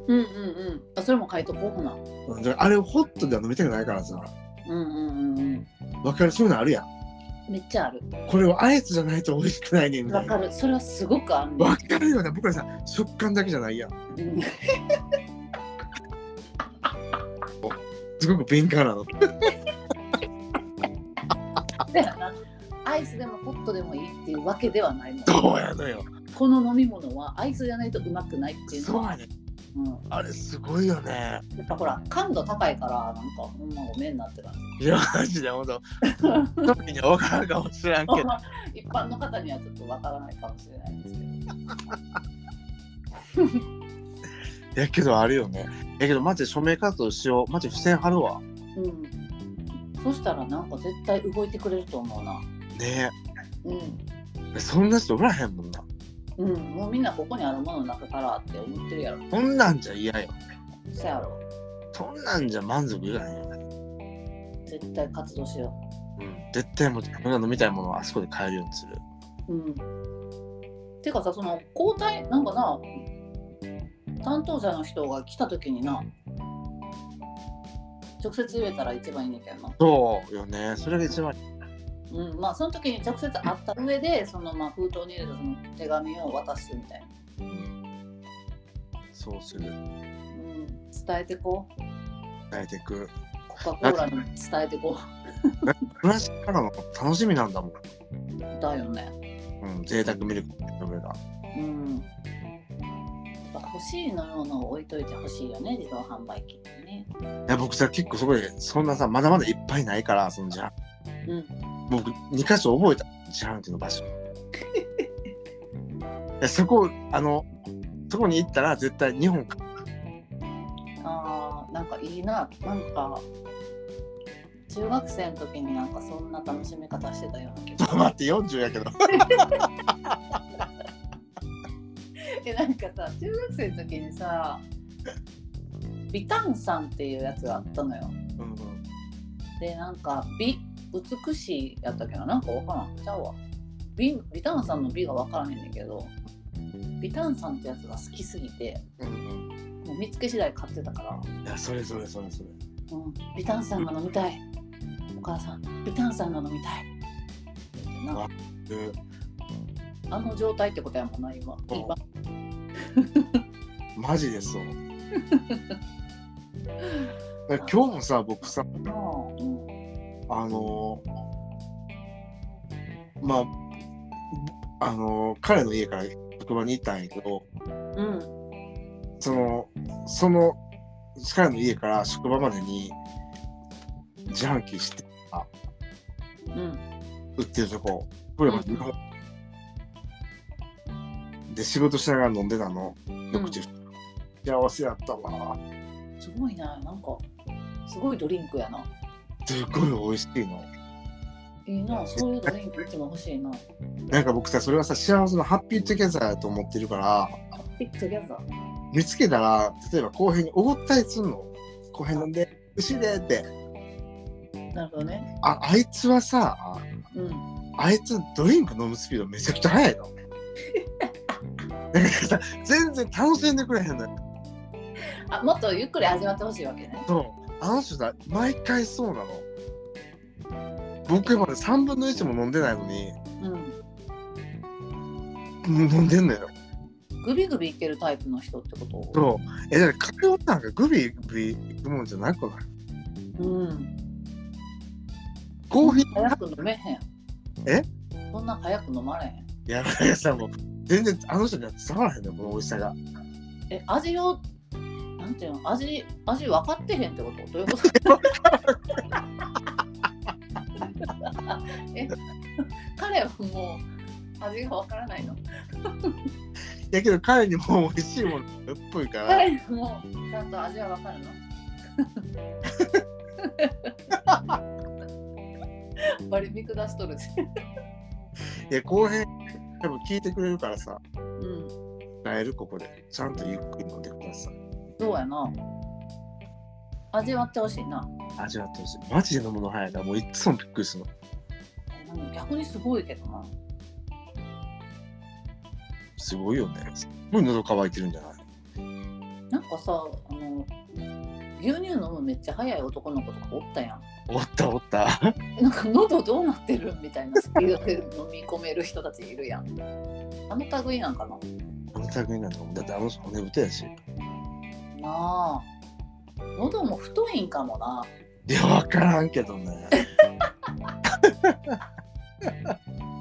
うんうんうん。あ、それも書いとこうほな。
うんだからあれをホットでは飲みたくないからさ
うんうんうんうん。
わかるそういうのあるやん
めっちゃある。
これはアイスじゃないと美味しくないねみた
わ
いな
かる。それはすごくある、ね。
わかるよね僕らさ食感だけじゃないやん
うん
すごく敏感なの
だよなアイスでもホットでもいいっていうわけではないもん。
どうやのよ
この飲み物はアイスじゃないとうまくないっていうのは。
ね
うん。
あれすごいよね
やっぱほら感度高いからなんかほんまごめんなって感じ。
いやマジでほんと特に分からんかもしら んけど
一般の方にはちょっとわからないかもしれないですけど。
いやけどあるよねやけどマジで署名活動しようマジで付箋貼るわ
うん。そしたらなんか絶対動いてくれると思うな。
ね
うん。
えそんな人おらへんもんな
うん、もうみんなここにあるものの中からって思ってるやろ。
そんなんじゃ嫌よ
そやろ。
そんなんじゃ満足いかへんよ、
絶対活動しよ
うん、絶対もう自分が飲みたいものはあそこで買えるようにする
う。うん。てかさ、その交代、なんかな、担当者の人が来た時にな、直接言えたら一番いいねんけどな。
そうよねそれが一番
うん、まあその時に直接会った上で、そのまあ封筒に入れたその手紙を渡すみたいな。
そうする
うん、伝えてこう。
伝えていく
コカ・コーラに伝えてこ
暮らしからの楽しみなんだもん、
う。だよね。
うん、贅沢ミルクの上が
うん。やっぱ欲しいのようなを置いといてほしいよね、自動販売機にね。
いや僕さ結構そこでそんなさまだまだいっぱいないからその自販
うん。
僕2箇所覚えた自販機の場 所いやそこあのそこに行ったら絶対日本か
あーなんかいいななんか中学生の時になんかそんな楽しみ方してたような気が
待って40やけど
えなんかさ中学生の時にさビタンさんっていうやつがあったのよ
うんうん
でなんか美美しいやったっけななんかわからんちゃうわ美ビタンさんの美がわからへんねんけどビタンさんってやつが好きすぎて
うんう
もう見つけ次第買ってたから
んいやそれそれそれそれ
うん、ビタンさんが飲みたい。お母さん、ビタンさんが飲みたい。って言ってな
うん
あの状態ってことやもんな、今。
うん
今
マジでそう だから今日もさ僕さ
うん
あのーまああのー彼の家から職場に行ったんやけど
うん。
そのその彼の家から職場までに自販機して
うん。
売ってるとここれも日本で仕事しながら飲んでたの
うん
口幸せやったわ
すごいな、なんか、すごいドリンクやな。
すっごい美味しいの
いいな、そういうドリンクいつも欲しいな。
なんか僕さそれはさ幸せのハッピートゥギャザーやと思ってるから
ピットギャザー。
見つけたら例えば後編におごったりすんの後編飲んで美味しいでって
なるほどね。
ああいつはさ
うん。
あいつドリンク飲むスピードめちゃくちゃ速いのなんかさ全然楽しんでくれへんのよ
あもっとゆっくり味わってほしいわけね。
そうあの人さ毎回そうなの僕まで3分の1も飲んでないのに
うん。
もう飲んでんのよ
グビグビいけるタイプの人ってこと
そうえだから壁女なんかグビグビいくもんじゃなくない
うん。
コーヒー
早く飲めへん。
え
そんな早く飲まれへん。
いやばいやさもう全然あの人には伝わらへんのよこの美味しさが
え、味を、なんていうの、味、味分かってへんってことどういうこと え、彼はもう味が分からないの
いやけど彼にも美味しいものっぽいから
彼はもうちゃんと味は分かるの 割り見下しとるし。
いや後編多分聞いてくれるからさ
うん。
会えるここでちゃんとゆっくり飲んでください
そうやな。味わってほしいな。
味わってほしいマジで飲むの早いなもういっつもびっくりするの
うん逆にすごいけどな。
すごいよねすごい喉乾いてるんじゃない
なんかさ、あの、牛乳飲むめっちゃ早い男の子とかおったや
おったおった
ん。なんか喉どうなってるみたいなスピードで飲み込める人たちいるやん。あの類なんかな。
あの類なのだってあの人骨太やし
なあ。喉も太いんかもな。
いや分からんけどね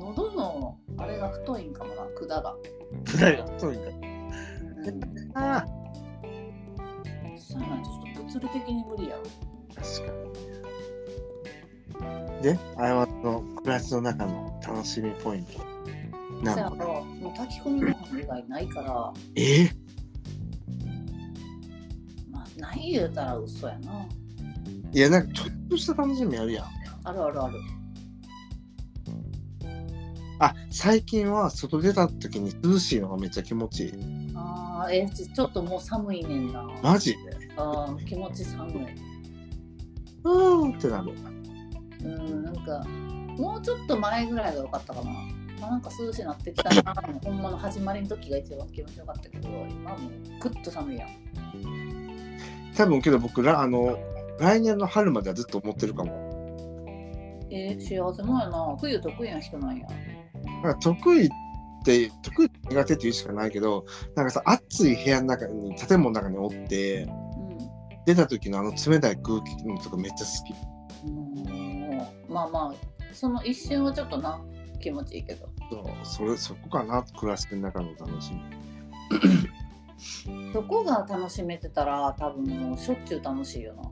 喉のあれが太いんかもな、管が。
船が太いか
うん。
らあ
そうなんちょっと物理的に無理やろ。
確かにであやまの暮らしの中の楽しみポイントな
そや
ん
から、もう炊き込みご飯以外ないから。
え
まあ、ない言うたら嘘やな。
いやなんかちょっとした楽しみあるやん
あるあるある。
あ最近は外出た時に涼しいのがめっちゃ気持ちいい
ああ、えー、ちちょっともう寒いねんな。
マジで
あー気持ち寒い。
うーんってなる
うん、なんか、もうちょっと前ぐらいが良かったかな。あなんか涼しいなってきたな。ほんまの始まりの時が一番気持ちよかったけど、今はもうぐっと寒いやん。
多分けど僕らあの来年の春まではずっと思ってるかも
えー、幸せもやな。冬得意な人なんや。
なんか得意って得意苦手っていうしかないけどなんかさ暑い部屋の中に建物の中におって
う
出た時のあの冷たい空気のとかめっちゃ好き
ん。もうまあまあ、その一瞬はちょっとな、気持ちいいけど。
そうそれそこかな暮らしの中の楽しみ
そこが楽しめてたら、多分もうしょっちゅう楽しいよな。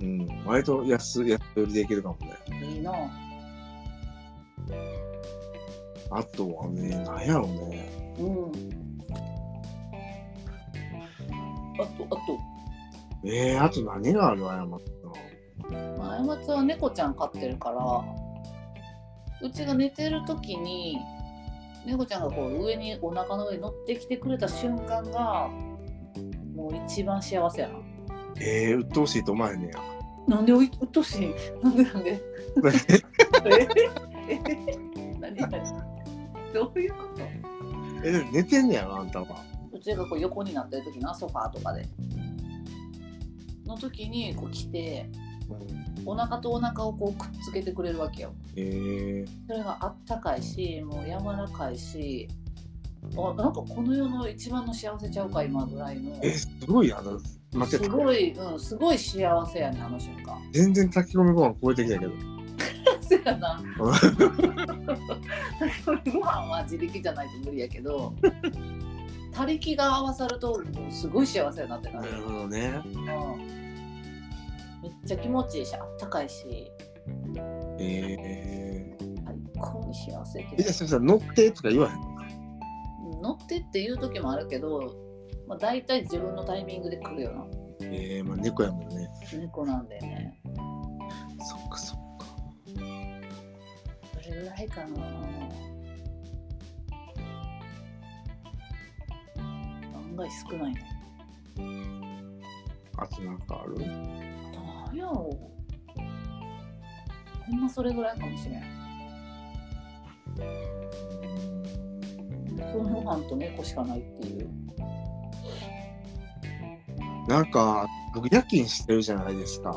うん割と安安寄りでいけるかもね
いいな。
あとはねなんやろうね
うん。あと、あ
えー、あと何がある謝ったの
と、まあやまつは猫ちゃん飼ってるから、うちが寝てる時に、猫ちゃんがこう上にお腹の上に乗ってきてくれた瞬間が、もう一番幸せや
えー、鬱陶しいと思わへんねや
な。なんでおい、うっとうしい。なんでなんで。 ええ何何どういうこ
えでも寝てんねやろあんたは
とうちがこう横になってる時な、ソファーとかで。の時にこう来て、お腹とお腹をこうくっつけてくれるわけよ
えー、
それがあったかいしもう柔らかいしあなんかこの世の一番の幸せちゃうか今ぐらいの
えすごいあの待っ
す
て
ごい、うん、すごい幸せやねあの瞬 間
全然炊き込みご飯超えてきたけど
せ やなご飯は自力じゃないと無理やけど他力が合わさるともうすごい幸せやなって感じ、
ほどね
うんめっちゃ気持ちいいしあったかいし
えー、
最高に幸せって
えじゃあそれさ乗ってとか言わへんの
乗ってっていう時もあるけど、まあ、大体自分のタイミングで来るよな
えー、まあ猫やもんね
猫なんだよね
そっかそっか
それぐらいかな案外少ないな
あとなんかある
あと何やろほんまそれぐらいかもしれんそのご飯と猫しかないっていう。
なんか、僕夜勤してるじゃないですか。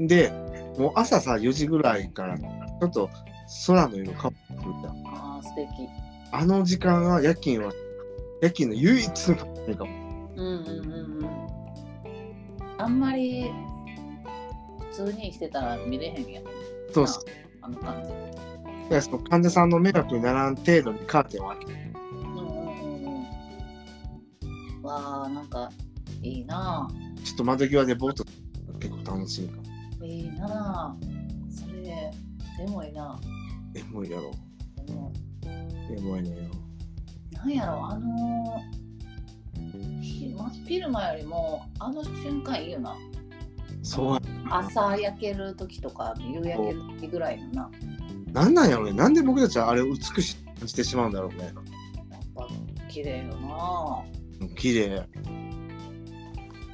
う
で、もう朝さ、4時ぐらいから、ちょっと空の色変わってくるじゃん。
ん。ああ、素敵。
あの時間は夜勤は、夜勤の唯一の時間かも。
うんうんうんうん。あんまり普通にしてたら見れへんやん。
そうっす
あの感じ。
だからその患者さんの迷惑にならん程度にカーテンを開けて。
うんうんうんうん。わあ、なんかいいなあ。
ちょっと窓際でボーっと結構楽しいかも。
いいなあ。それ、でもいいな。
エモいやろ。
でも
エモいのよ。
なんやろあのー、ひ真っ昼間よりもあの瞬間いいよな
そうや。
朝焼ける時とか夕焼ける時ぐらいのな
なんなんやろね。なんで僕たちはあれを美しく感じてしまうんだろうね。
やっぱ綺麗よな
綺麗。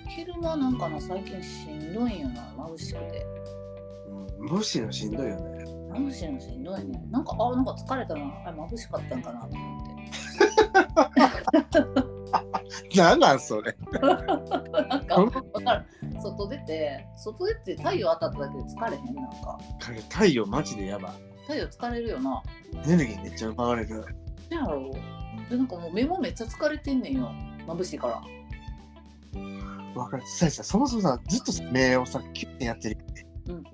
昼間なんかな最近しんどいんよな眩しくて
うん眩しいのしんどいよね。
眩しいのしんどいねなんかあなんか疲れたなあ眩しかったんかなと思っ
なんなんそれ。
てなんかわからん外出て外出て太陽当たっただけで疲れへんなんか
太陽マジでやばい。
太陽疲れるよな
エネルギーめっちゃ奪われる。
なんやろでなんかもう目もめっちゃ疲れてんねんよ眩しいから
わかる。ささ、そもそもさ、ずっとさ目をさ、キュッてやってる。
うんうん、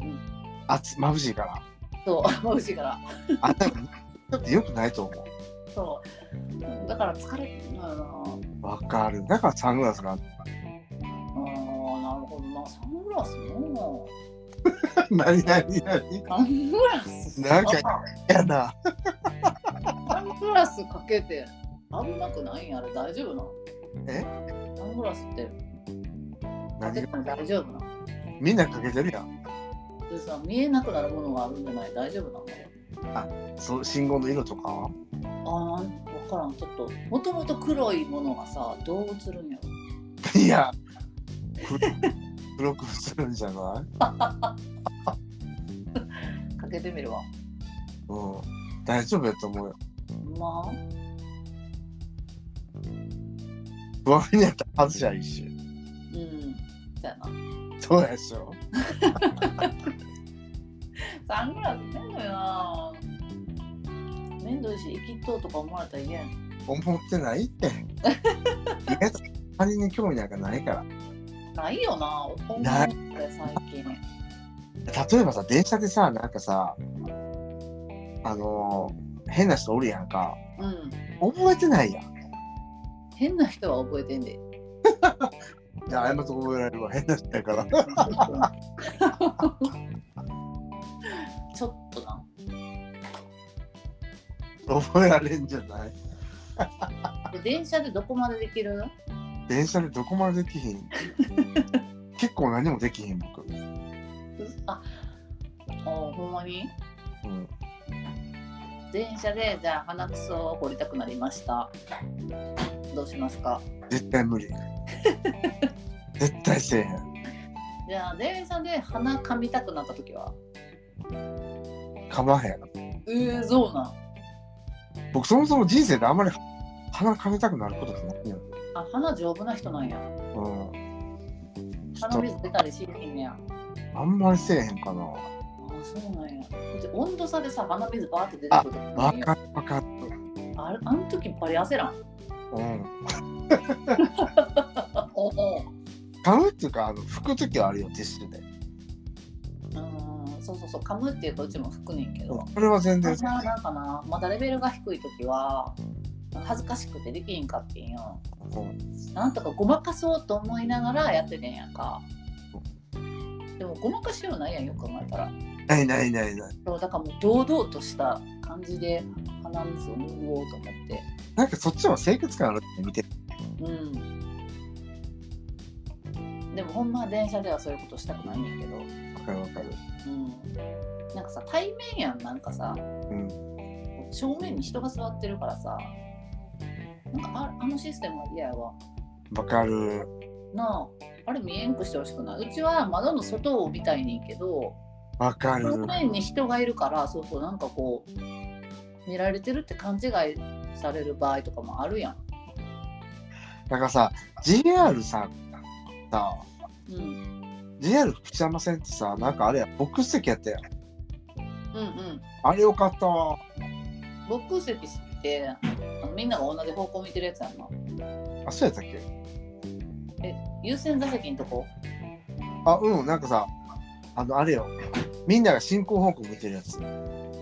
熱、眩しいから。
そう 眩しいから
あんた、ちょっと良くないと思
そうだから疲れてるのよな
う。わかる。だからサングラスがあんのか。
あーなるほどなサングラスも
何何何
サングラス
なんかやな。
サングラスかけて危なくないんやろ大丈夫な
え
サングラスってかけ
何
て
が
も大丈夫な
みんなかけてるやん。
でさ見えなくなるものがあるんじゃない大丈夫なの
そう、信号の色とか。
あー分からんちょっともともと黒いものがさどう映るんやろ
いや。黒黒くするんじゃない。
かけてみるわ
うん。大丈夫やと思うよ。
まあ
不安になったら外しゃいいし。
うんそう
そう
やな
でしょ
サングラスめんどいなめんどいし生きっとうとか思われたら嫌やん
思ってないって。意外と他人に興味なんかないから。
ないよな思う
な
ないい最近
例えばさ、電車でさ、なんかさ、あのー変な人おるやんか。
うん
覚えてないやん。
変な人は覚えてんで
じゃあ、謝って覚えられるわ。変な人やから。
ちょっとな
覚えられんじゃない
で電車でどこまでできる
電車でどこまでできひん。 結構何もできひん、僕。
あおほんまに
うん。
電車でじゃあ鼻くそを掘りたくなりましたどうしますか
絶対無理。絶対せえへん。
じゃあ電車で鼻噛みたくなった時は
かまへん。
えー、そうなん
僕、そもそも人生であんまり鼻かめたくなることってないやん。
あ鼻丈夫な人なんや
うん。ちょっ
鼻
と
水出たりしへんねや
あんまりせえへんかな。
あそうなんやうち温度差でさ鼻水バーって出てくる時な
わ
い
か
や
るわかる。
あれあの時バリ焦らん
うん。
おお
噛むっていうか、あの拭くときはあるよ、ティッシュで。
うんそうそうそう噛むっていうとうちも吹くねんけど
これは全然。
まあなんかなまだレベルが低い時は恥ずかしくてできんかってんよ
うん
なんとかごまかそうと思いながらやっててんやんかでもごまかしようないやんよく考えたら
ないないないない。
そうだからもう堂々とした感じで鼻水を拭おうと思って
なんかそっちは清潔感あるって見て。
うんでもほんまは電車ではそういうことしたくないんやけど、
わかるわかる。
うん、なんかさ対面やんなんかさ
うん。
正面に人が座ってるからさなんかああのシステムは嫌やわ
わかる。
なああれ見えんくしてほしくないうちは窓の外を見たいねんけど
わかる。
正面に人がいるからそうそうなんかこう見られてるって勘違いされる場合とかもあるやん。
なんかさ JR ささ
うん、うん、
JR 福知山線ってさなんかあれやボックス席やったやん
うん。
あれよかったわ
ボックス席ってあのみんなが同じ方向見てるやつやんな。
あそうやったっけ
え、優先座席のとこ
あうんなんかさあのあれよみんなが進行方向向いてるやつ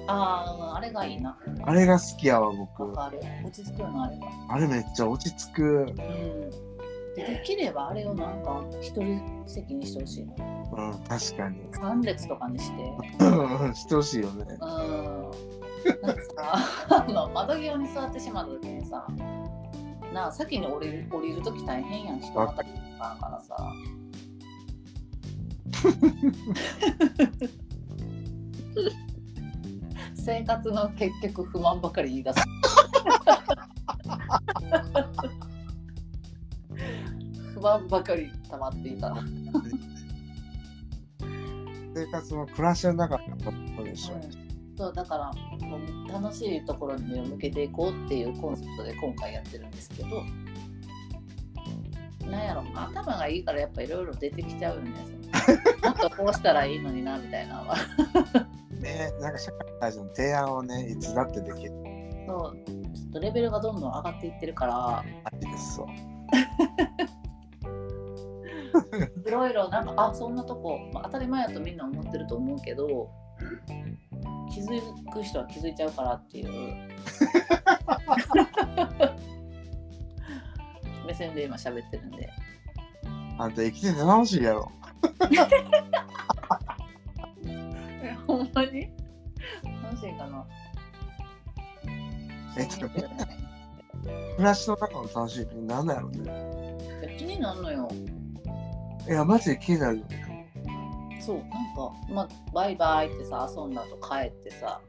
ああ、あれがいいな。
あれが好きやわ僕
わかる。落ち着くよな、あれが。
あれめっちゃ落ち着く
うん。でできればあれをなんか一人席にしてほしいな。
うん確かに
3列とかにして。
うんうんしてほしいよね
うんなんかさ あの窓際に座ってしまった時にさなあ先に降りる降りる時大変やん人また来るからさ生活の結局不満ばかり言い出す 不満ばかり溜まっていた
生活の暮らしの中のことでしょ、
そうだからもう楽しいところに目を向けていこうっていうコンセプトで今回やってるんですけどなんやろ頭がいいからやっぱいろいろ出てきちゃうよねそのもっとこうしたらいいのになみたいなのは
ねなんか社会に対しての提案をねいつだってできる
そうちょっとレベルがどんどん上がっていってるから
あれですそう
いろいろなんかあそんなとこ、まあ当たり前やとみんな思ってると思うけど気づく人は気づいちゃうからっていう 目線で今喋ってるんで。
あんた生きてて楽しいやろ
えほんまに楽しいかな
えちょっと暮らしの中の楽しみって何だろうね
いや気になんのよ
いやマジで気になるよ
そうなんか、まあ、バイバイってさ遊んだと帰ってさ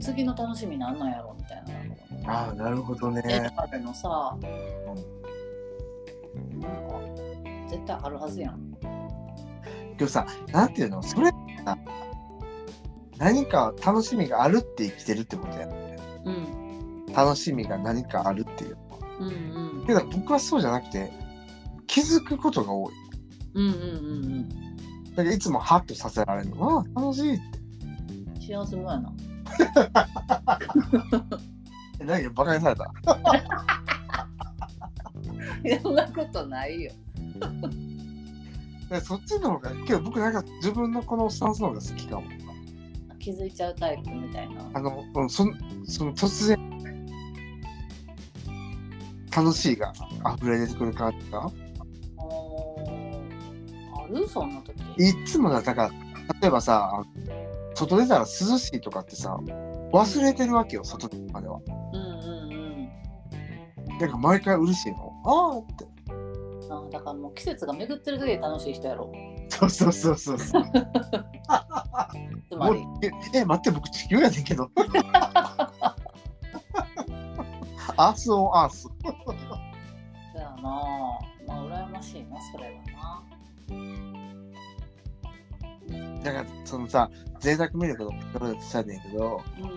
次の楽しみなんなんやろみたいな
ああなるほどね
あるのさ、なんか絶対あるはずやん
今日さなんていうのそれってさ何か楽しみがあるって生きてるってことや
うん
楽しみが何かあるっていう
うんうん
けど僕はそうじゃなくて気づくことが多い
うんうん
だからいつもハッとさせられるのわあ楽しいって
うん幸せもやな
え何よバカにされた
そんなことないよ
でそっちの方がけど僕なんか自分のこのスタンスの方が好きかも
気づいちゃうタイプみたいな
あのうんそのその突然楽しいが溢れ出てくる感じが
おーあるそんな時
いっつもなだから例えばさあの外出たら涼しいとかってさ忘れてるわけよ外出るまでは
うんうん
なんか毎回嬉しいのああって
うんあだからもう季節が巡ってる時で楽しい人やろ
そうそうそうそうそう
つま
もう
り
ええ待って僕地球やねんけどアースオンアース
だよなまあ羨ましいなそれは
だからそのさ贅沢ミルクのところで伝えてんやけど
な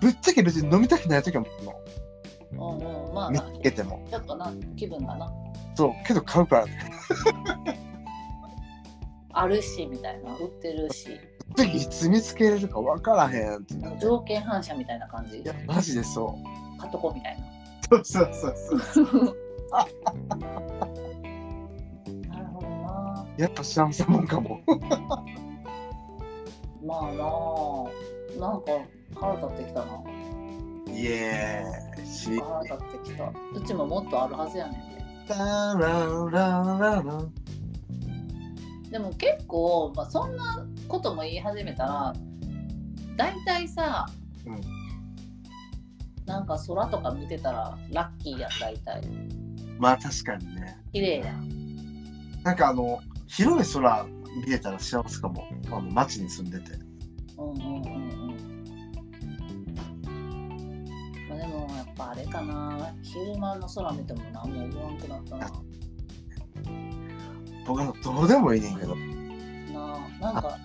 ぶっちゃけ別に飲みたくない時はもう
うんうんうんまあ
見
な
つけ
ち
ても
ょっとな気分がな
そうけど買うから
あるしみたいな売ってるし
次いつ見つけれるか分からへんってなって
条件反射みたいな感じ
いやマジでそ
買っとこうみたいな
うそうそうそうそう
なるほどな
やっぱ幸せもんかも
まあななんか腹立ってきたな
イエーイし
腹立ってきたうちももっとあるはずやねんで
タララララ
でも結構、まあ、そんなことも言い始めたら大体さ、
うん
なんか空とか見てたらラッキーやん大体
まあ確かにね
綺麗やん
なんかあの広い空見れたら幸せかもあの街に住んでて
うんうんうんうんまあでもやっぱあれかな昼間の空見ても何も思わんくなったな
僕はどうでもいいねんけど
なあなんか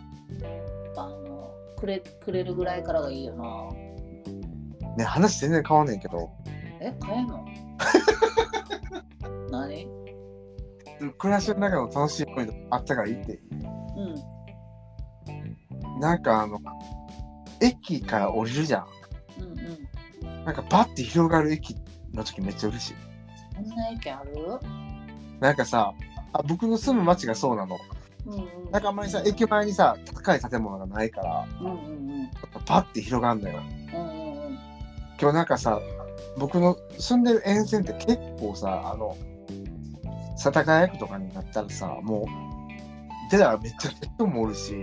あのくれくれるぐらいからがいいよな。
ね、話全然変わんねんけど、
え、買えんの 何
暮らしの中の楽しいポイントあったからいいって。
うん。
なんかあの、駅から降りるじゃん。
うんうん。
なんかバッて広がる駅の時めっちゃ嬉しい。
そんな意見ある
なんかさ、あ僕の住む町がそうなの。
うんうん。
なんかあんまりさ、駅前にさ、高い建物がないから、
うんうんうん。
バッて広がるのよ。
うんうんうん。
今日なんかさ、僕の住んでる沿線って結構さ、あの、世田谷区とかになったらさ、もう、出たらめっちゃ人もおるし、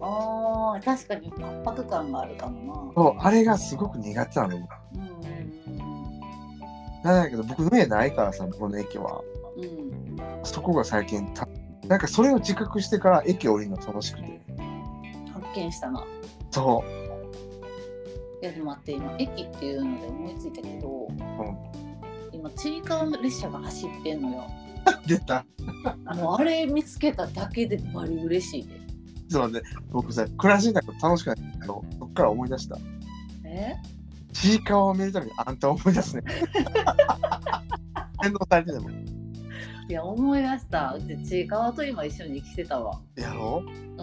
ああ、確かに圧迫感があるかも
そうあれがすごく苦手なの。
な。うんうん
なんだけど、僕の家ないからさ、この駅は。
うんうん。うん。
そこが最近た、なんかそれを自覚してから駅降りるの楽しくて。
発見したな。
そ
いやでも待って今駅っていうので思いついたけど、今ちいかわの列車が走ってんのよ
う。出た。
もうあれ見つけただけでバリ嬉しいで
ちょっと待って、僕さ、暮らしの中楽しくないんだけど、そっから思い出した。
え
ちいかわを見るためにあんたを思い出すね。変動されてても。
いや思い出したうちちいかわと今一緒に来てたわ
やろ
う
うん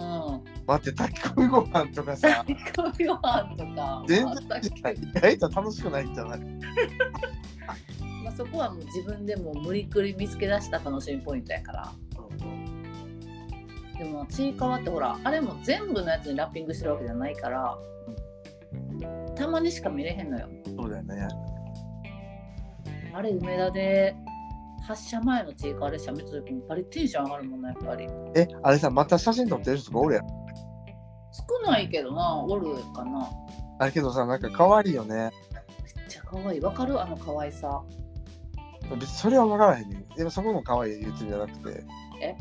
炊
待って、炊き込みご飯とかさ、
き込みご飯とか
全
あったっけ
然、意外と楽しくないんじゃない
まあ、そこはもう自分でもう無理くり見つけ出した楽しみポイントやからでもちいかわってほらあれも全部のやつにラッピングしてるわけじゃないからたまにしか見れへんのよ
そうだよね。
あれ梅田で発車前のチーカー列車見た時もバリテンション上がるもんな、やっぱり
え、あれさ、また写真撮ってる人とかおるやん。
少ないけどなおるかな
あれけどさ、なんか可愛いよね。
めっちゃ可愛いわかるあの可愛さ
別にそれは分からへんねん。でもそこも可愛い言ってるんじゃなくて。
え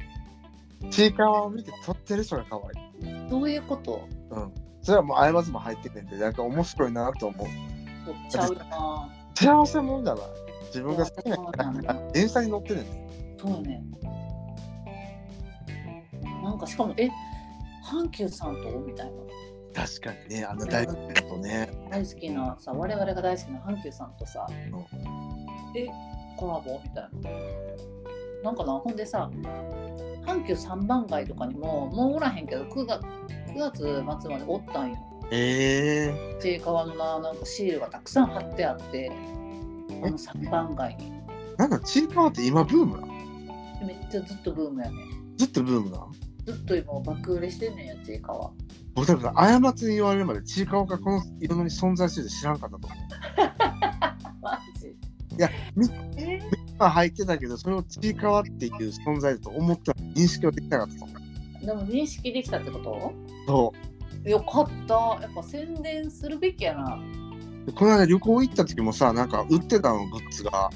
ちいかわを見て撮ってる人が可愛い。
どういうこと
それはもうあいまずも入っててんで、なんか面白いなと思う。
おっちゃうよな
幸せもんじゃない自分が好きな人
いやそう
が
なん
電車に乗ってるんで。
そうよねなんかしかもえ阪急さんとみたいな
確かにね、あの大学だとね。
大好きなさ我々が大好きな阪急さんとさ、えコラボみたいななんかなほんでさ阪急三番街とかにももうおらへんけど9月 ,9 月末までおったんよ
ええ
ちいかわのななんかシールがたくさん貼ってあってあの三番街に
なんかちいかわって今ブームなの
めっちゃずっとブームやね
ずっとブームなの
ずっと今爆売れしてんねんやちいかわ
僕多分さ、過ちに言われるまでちいかわがこの世の中に存在してて知らんかったと思う。
マジ
いやみ
え
まあ入ってたけど、それをちいかわっていう存在だと思った認識はできなかったと思う。
でも認識できたってこと
そう。
よかったやっぱ宣伝するべきやな
この間旅行行った時もさなんか売ってたのグッズが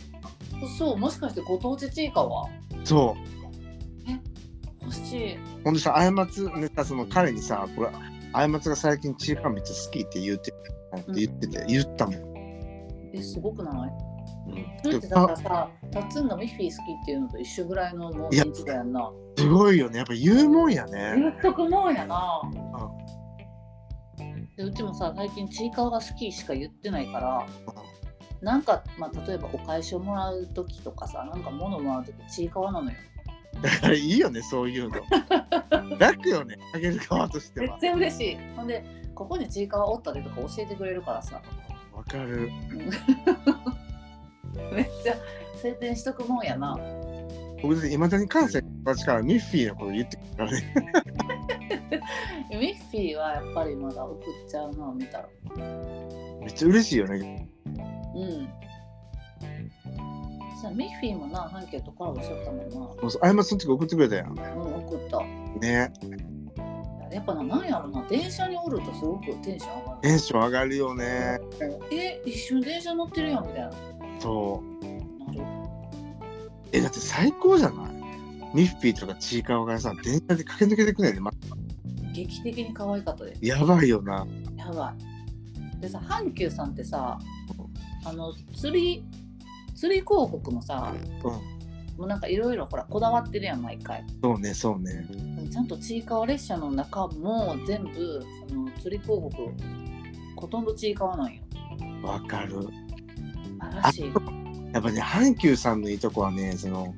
そうもしかしてご当地ちいかわ
そ
欲しいう
ほんでさあやまつねその彼にさこれあやまつが最近チーカーめっちゃ好きって言うてって言ってて、言ったもん、
えすごくないそれって
で
だか
あ
らさ、タッツンがミッフィー好きっていうのと一緒ぐらいのもう
いや
認知度やんな。
すごいよねやっぱ言うもんやね
言っとくもんやな。でうちもさ、最近ちいかわが好きしか言ってないから、なんか、まあ、例えばお返しをもらうときとかさ、なんか物もらうときちいかわなのよ。
だからいいよねそういうの楽よねあげる側として
めっ
は
ちゃ嬉しい。ほんで、ここにちいかわおったでとか教えてくれるからさ、
わかる
めっちゃ宣伝しとくもんやな。
僕いまだに関西の友達からミッフィーのこと言ってくるからね
ミッフィーはやっぱりまだ送っちゃうな、見たら。
めっちゃ嬉しいよね
うん。さミッフィーもな、阪急とコラボしとったもんな。
もうあやまつその時送ってくれたやん
うん、送った。
ね
やっぱな、なんやろな、電車におるとすごくテンション上が
テンション上がるよね
る。え、一緒に電車乗ってるやんみたいな。な
そう
る
え、だって最高じゃないミッフィーとかちいかわがさ、電車で駆け抜けてくねんで、ま、
劇的に可愛かったで。
やばいよな。
やばい。でさ、阪急さんってさ、あの、釣り、釣り広告もさ、
うん。
もうなんかいろいろほらこだわってるやん毎回
そうね、そうね。
ちゃんとちいかわ列車の中も全部その釣り広告ほとんどちいかわなんよ
わかる。
素晴らしい
やっぱね、阪急さんのいいとこはね、その、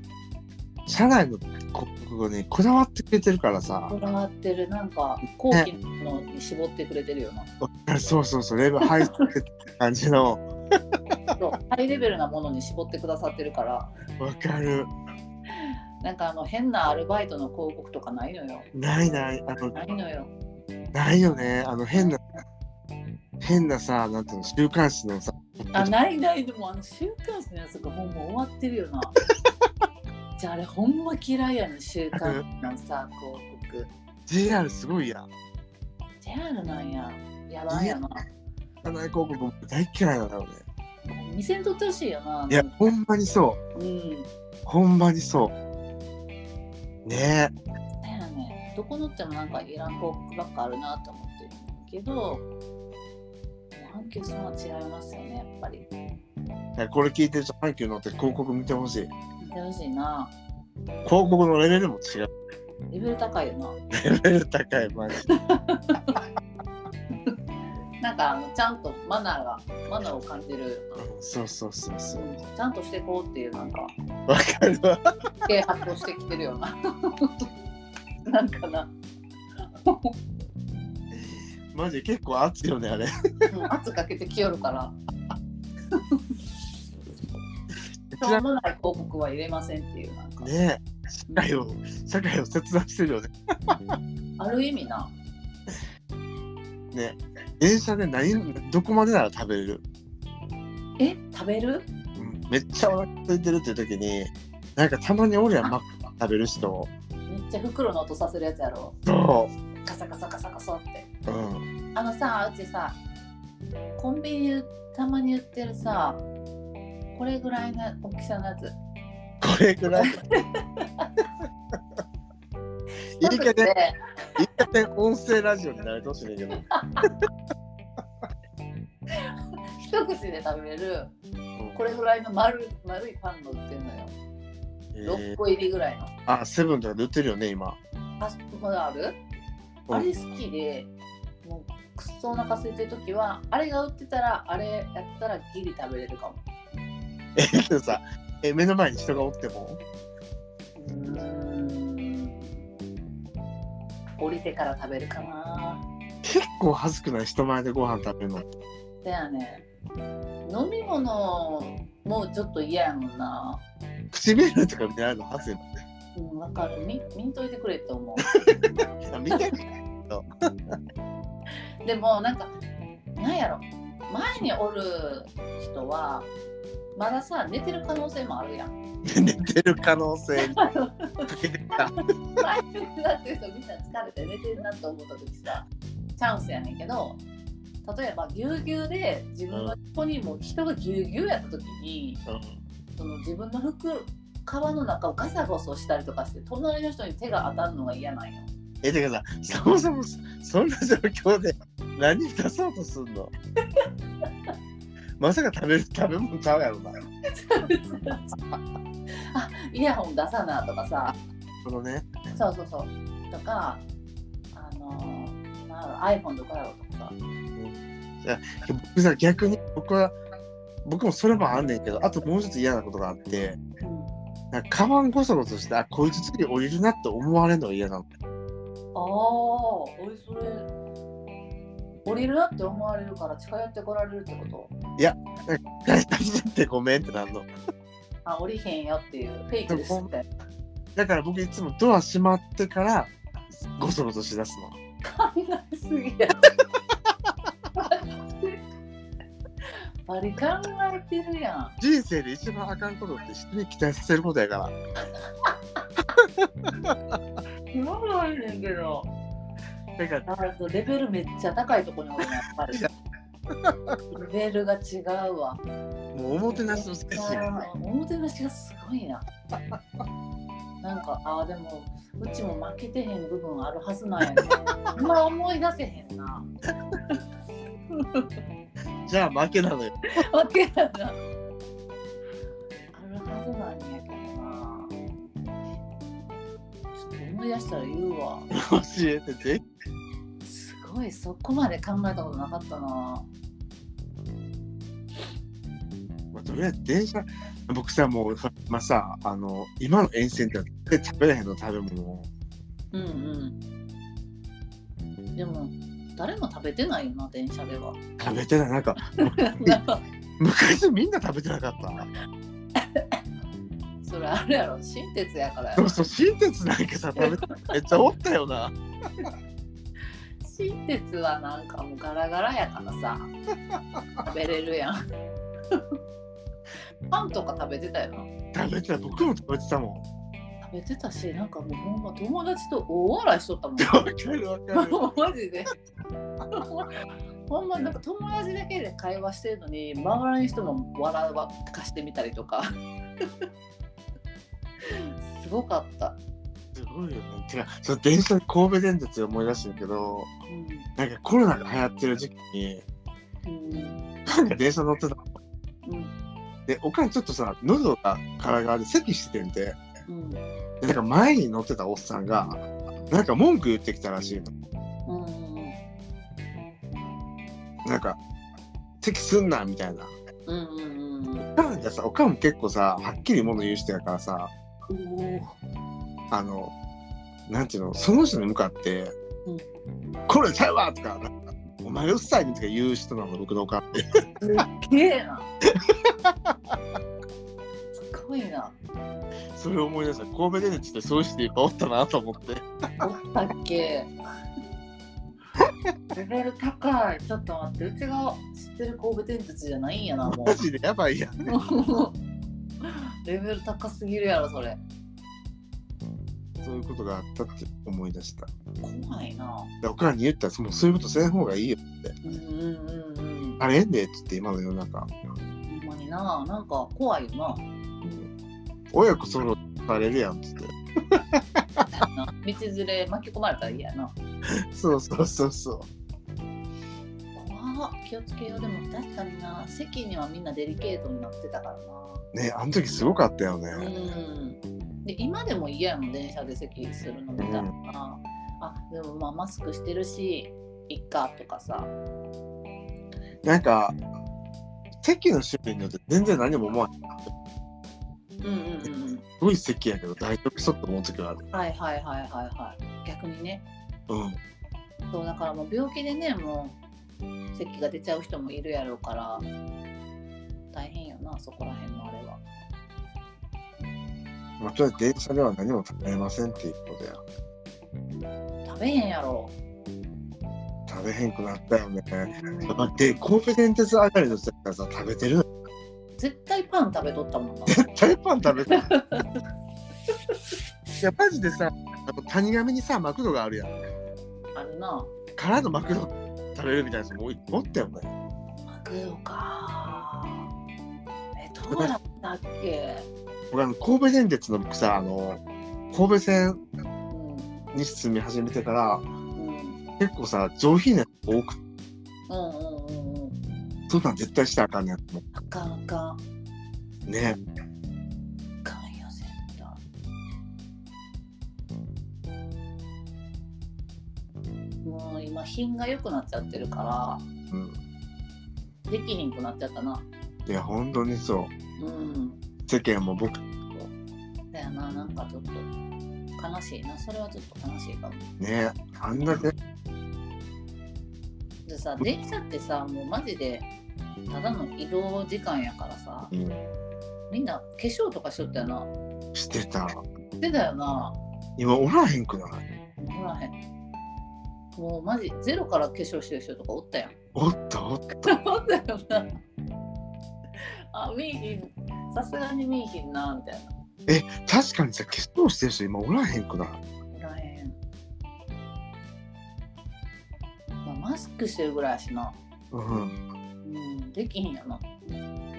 社内の広告をね、こだわってくれてるからさ
こ、だわってるなんか後期のに絞ってくれてるよな、
そうそうそう、レベル入ってくれてる感じの、
そうハイレベルなものに絞ってくださってるから
わかる。
なんかあの変なアルバイトの広告とかないのよ
ないない、あの、
ないのよ
ないよね、あの、変な、変なさ、なんていうの、週刊誌のさ、
あないないでもあの週刊誌のやつがもうもう終わってるよなじゃああれほんま嫌いやね週刊誌のさ広告
JR すごいやん。
ジェラルなんややばいやな
社内広告も大嫌いなんだろうね。
見せんとってほしいよない
や、ほんまにそう。
うん
ほんまにそう。ねえ。
だよねどこのってもなんかいらん広告ばっかあるなと思ってるけど阪急さんは違いますよねやっぱり
いやこれ聞いてる人、阪急乗って広告見てほしい。
見てほしいな
広告のレベルも違う。
レベル高いよな
レベル高い、マジ で。
なんかあのちゃんとマナーがマナーを感じる
そうそうそうそう。
ちゃんとしてこうっていうなんか
わかるわ。
啓発をしてきてるような なんかな、
マジで結構熱いよね、あれ。
うん、圧かけてきよるからしょうもない広告は入れませんっていうなんか、
ねえ、社会を、社会を切断してるよね。
ある意味な
ね電車で何、どこまでなら食べれる。
え食べる
うんめっちゃお腹空いてるっていう時に、なんかたまに俺らマック食べる人。
めっちゃ袋の音させるやつやろ
そ
カサカサカサカサって
う。うん。
あのさうちさコンビニでたまに売ってるさこれぐらいの大きさのや
こ
つ
れぐらい。いい加
一口
減、
で
いい加減音声ラジオになれてほしいねんけど。
一口で食べれるこれぐらいの丸丸いパンが売ってるのよ
え
6
ー
個入りぐらいの
あ、セブンとかで売ってるよね、今。
あまだある
うん
あれ好きでもうくっそお腹空いてる時はあれが売ってたらあれやったらギリ食べれるかも
えけどさえ目の前に人がおっても
うーん降りてから食べるかな
結構恥ずくない人前でご飯食べるの
だよね飲み物もちょっと嫌やもんな
唇とか見られるの恥ずい
うんわかる見見んといてくれって思
もん見て
うでもなんかなんやろ前におる人はまださ寝てる可能性もあるやん
寝てる可能性にかけてた
前にだってる人みんな疲れて寝てるなと思った時さチャンスやねんけど例えばぎゅうぎゅうで自分の横にもう人がぎゅうぎゅうやった時に、その自分の服革の中をガサゴソしたりとかして隣の人に手が当たるのが嫌なんよ
えてかさそもそもそんな状況で何出そうとすんのまさか食べる食べ物ちゃうやろな
あイヤホン出さなとかさ
このね
そうそうそうとかあのーなんやろ iPhone とかやろうとかさ
僕さ逆に僕は僕もそれもあんねんけどあともう一つ嫌なことがあってなんかカバンゴソゴソしてあこいつ次降りるなって思われるのが嫌なの
ああおいそれ降りるなって思われるから近寄ってこられるってこと
大体ってごめんってなんの。
あ降りへんよっていうフェイクですって
だから僕いつもドア閉まってからゴソゴソしだすの。
考えすぎや。バリ考えてるやん。
人生で一番あかんことって人に期待させることやから。
言わないねんけど。
だから
だからレベルめっちゃ高いとこにおるな、やっぱり。レベルが違うわ。
もうおもてなしの精神が
おもてなしがすごいな。なんか、ああ、でも、うちも負けてへん部分あるはずなんやね。まあ思い出せへんな。
じゃあ負けなのよ。
わけやな。あるはずなんやけどな。思い出したら言うわ
教えてぜ
すごいそこまで考えたことなかったな
まあ、とりあえず電車僕さもうまあさあの今の沿線って絶対食べれへんの食べ物を
うんうんでも誰も食べてないよな電車で は
食べてないなんか
なんか
昔みんな食べてなかった
それあれやろ新鉄やからや
そ
ろ
うそう新鉄なんかさ食べてめっちゃおったよな
新鉄はなんかもうガラガラやから さ食べれるやん パンとか食べてたよな
食べてた僕も食べてたもん
食べてたしなんかもうほんま友達と大笑いしとったもん
わかるわかる
マジでほんまなんか友達だけで会話してるのに周りの人も笑わかしてみたりとか すごかった、
すごいよねてかその電車で神戸電鉄で思い出してるけど
う
なんかコロナが流行ってる時期に
んうん
なんか電車乗ってた
うん
でおかんちょっとさ喉がからがで咳しててんて
うん
でなんか前に乗ってたおっさんがなんか文句言ってきたらしいの
うん
なんか咳すんなみたいな
うんうんうん
おかんがさおかんも結構さはっきり物言う人やからさ
おー
あのなんていうのその人に向かって
う
「これちゃうわ!」とかなんか「お前うっさい」とか言う人なの僕のおかんって
すっげえなすごいな
それを思い出した神戸電鉄ってそういう人いっぱいおったなと思って
おったっけレベル高いちょっと待ってうちが知ってる神戸電鉄じゃないんやなもう
マジでやばいやん
もうレベル高すぎるやろそれ
そういうことがあったって思い出した
怖いな
でおかんに言ったらもうそういうことせん方がいいよ
うんうんうんうん
あれええんでっつって今の世の中
ほんまにななんか怖いよ
親子そろされるやんっつって
なな道連れ巻き込まれたら嫌やな
そうそうそうそう
怖っ気をつけようでも確かにな席にはみんなデリケートになってたから
ねあの時すごかったよ
なう
ね。
んで今でも嫌やもん電車で席するのみたいな、
うん
あでもまあマスクしてるしいっかとかさ
なんか席の種類によって全然何も思わない。
うんうんうん
すごい席やけど大丈夫そうって思う時はある。
うんはいはいはいはいはい逆にね
うん。
そうだからもう病気でねもう咳が出ちゃう人もいるやろうから大変よなそこら辺のあれは
まあ、とりあえず電車では何も食べれませんっていうことや。
食べへんやろ
食べへんくなったよね。
うん
だって神戸電鉄あたりの人からさ食べてる
絶対パン食べとった もんな
タイパン食べてる。 いやマジでさあの谷上にさマクドがあるやん。
あるな
からのマクド食べるみたいなやつもうおったよね。
マグロかえどうだったっけ
僕あの神戸電鉄の僕さあの神戸線
うん
に住み始めてから
うん
結構さ上品なやつ多くて
うんうんうんうん
そんなん絶対したらあかんねやと思
あかんあかんあ
うね
かんよ絶対もう今品が良くなっちゃってるから
うん
できひんくなっちゃったな。
いや本当にそう
うん。
世間も僕
だよな、なんかちょっと悲しいな。それはちょっと悲しいかも。
ねあんだけ
でさ、電車ってさ、もうマジでただの移動時間やからさ、
うん
みんな化粧とかしとったよな。
してた
してたよな。
今おらへんくない
ほらへん。もうマジゼロから化粧してる人とかおったやん。
おったおった
おったよな。あ、ミーヒン、さすがにミーヒンな、みたいな。
確かにさ化粧してる人今おらへんくない
おらへん。まあ、マスクしてるぐらいやしな。
うん
うん、できひんやな。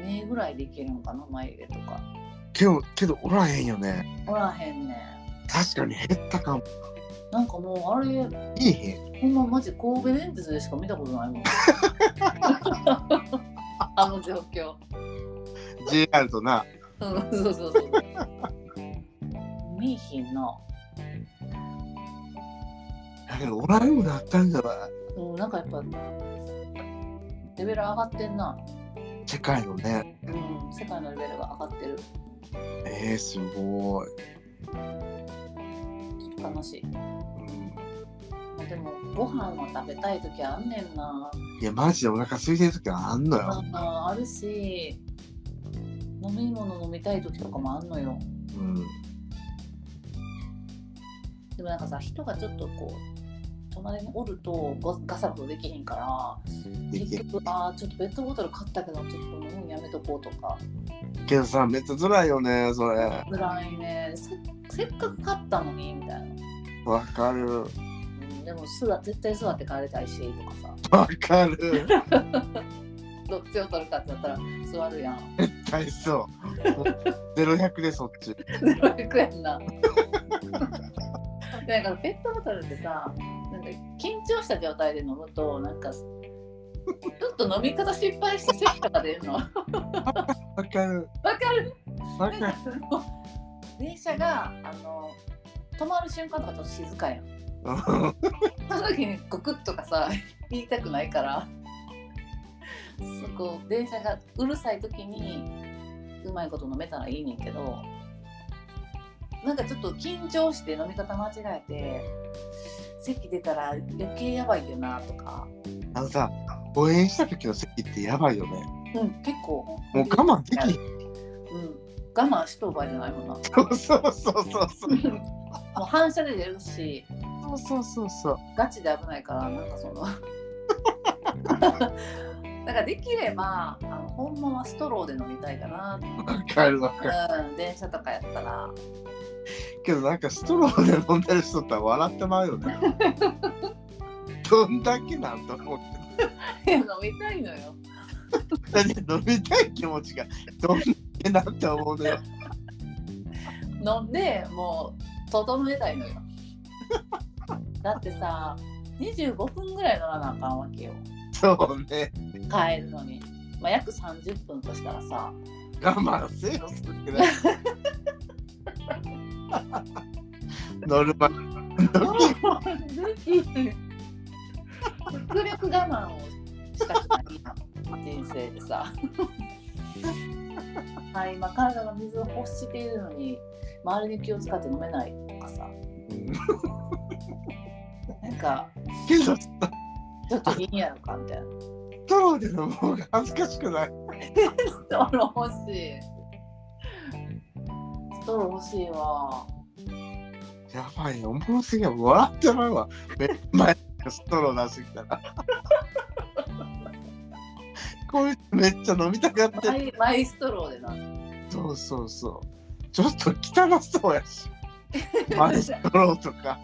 目ぐらいできるのかな、眉毛とか。
けどけどおらへんよね
おらへんねん。
確かに減ったかも
なんかもう、あれ、
いいへん
ほんまマジ神戸電鉄でしか見たことないもん。あの状況。
JR とな
うん、そうそうそう。見えひんな。
だけどおらんようになったんじゃな
うん、なんかやっぱレベル上がってんな、
い世界のね
うん、世界のレベルが上がってる
えー、すごい、
楽しい
うん
でもご飯は食べたい時あんねんない
やマジでお腹空いてる時はあんのよ、
ああるし飲み物飲みたい時とかもあんのよ
うん、
でもなんかさ人がちょっとこう隣におるとごガサッとできへんから
でき
結
る
局ああちょっとペットボトル買ったけどちょっと飲むのやめとこうとか
けどさめっちゃ辛いよねそれ
辛いねせせっかく買ったのにみたいな、
わかる
うん、でも座絶対座って帰りたいしとかさ
わかる
どっちを取るかってなったら座るやん。
大 そうゼロ百でそっち
ゼロ百円な。でなんかペットボトルってさ、なんか緊張した状態で飲むとなんかちょっと飲み方失敗して咳とか出るの。わ
わかる
かる。
わ
なん
かる
かその電車があの止まる瞬間とかちょっと静かやん。その時にゴクッとかさ 言いたくないからそこ電車がうるさい時にうまいこと飲めたらいいねんけどなんかちょっと緊張して飲み方間違えて席出たら余計やばいよなとか、
あのさ応援した時の席ってやばいよね
うん、結構
もう我慢できひん
うん、我慢しとう場合じゃないもんなも
そうそうそうそうそう
う反射で出るし
そうそうそうそう
ガチで危ないからなんかそのなんかできればあのほんまはストローで飲みたいかな、
わかるわかる
うん、電車とかやったら
けどなんかストローで飲んでる人って笑ってまうよねどんだけなんと思って
いや飲みたいのよ
だって飲みたい気持ちがどんだけなんて思うのよ
飲んでもう整えたいのよだってさ25分ぐらい乗らなあかんわけよ
そうね
帰るのに、まあ、約30分としたらさ
我慢せよそ れ乗るま
極力我慢をしたくないな人生でさはい今体が水を欲しているのに周りに気を使って飲めないとかさなんか
けどス
ちょっといいんやろかみた いな
トローで飲む方が恥ずかしくない
ストロー欲しいストロー欲しいわ
やばいおもろすぎや笑ってまうわ目の前にストロー出してきた らこいつめっちゃ飲みたがって
マイマイストローでな
そうそうそう。ちょっと汚そうやし。マイス トローとか。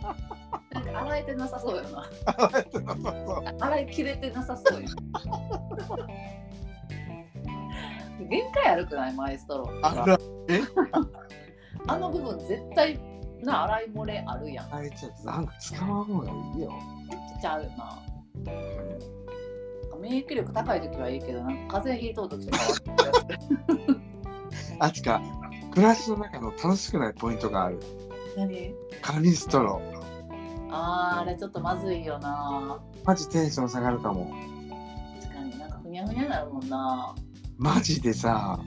なんか洗えてなさそうよな
洗えてなさそう
洗い切れてなさそうよ。 限界あるくないマイストロー
あら、
あの部分絶対な洗い漏れあるやん。
あいつなんか使わん方がいいよ。
ちゃうよな。免疫力高い時はいいけどなんか風邪ひいとう時とか は
あつか、暮らしの中の楽しくないポイントがある。
何
紙ストロー。
あーあれちょっとまずいよな。
マジテンション下がるかも。
確かになんかふにゃふにゃなるもんな。
マジでさ、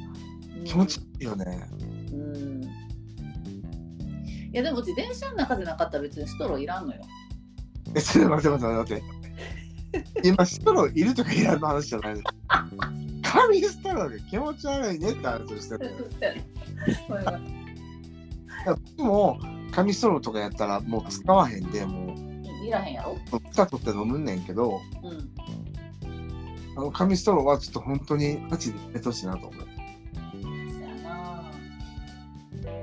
うん
気持ちいいよね。
うん。いやでもうち電車の中でなかったら別にストローいらんの よ。
え、ちょっと待って待って待って。今、ストローいるとかいらんの話じゃないの。紙ストローが気持ち悪いねって話をしてたよ。でも、紙ストローとかやったらもう使わへんで、もう。
いらへんやろ
蓋取って飲むんねんけど
うん。
あの紙ストローはちょっと本当にマジでやめてほしいなと思う
そやな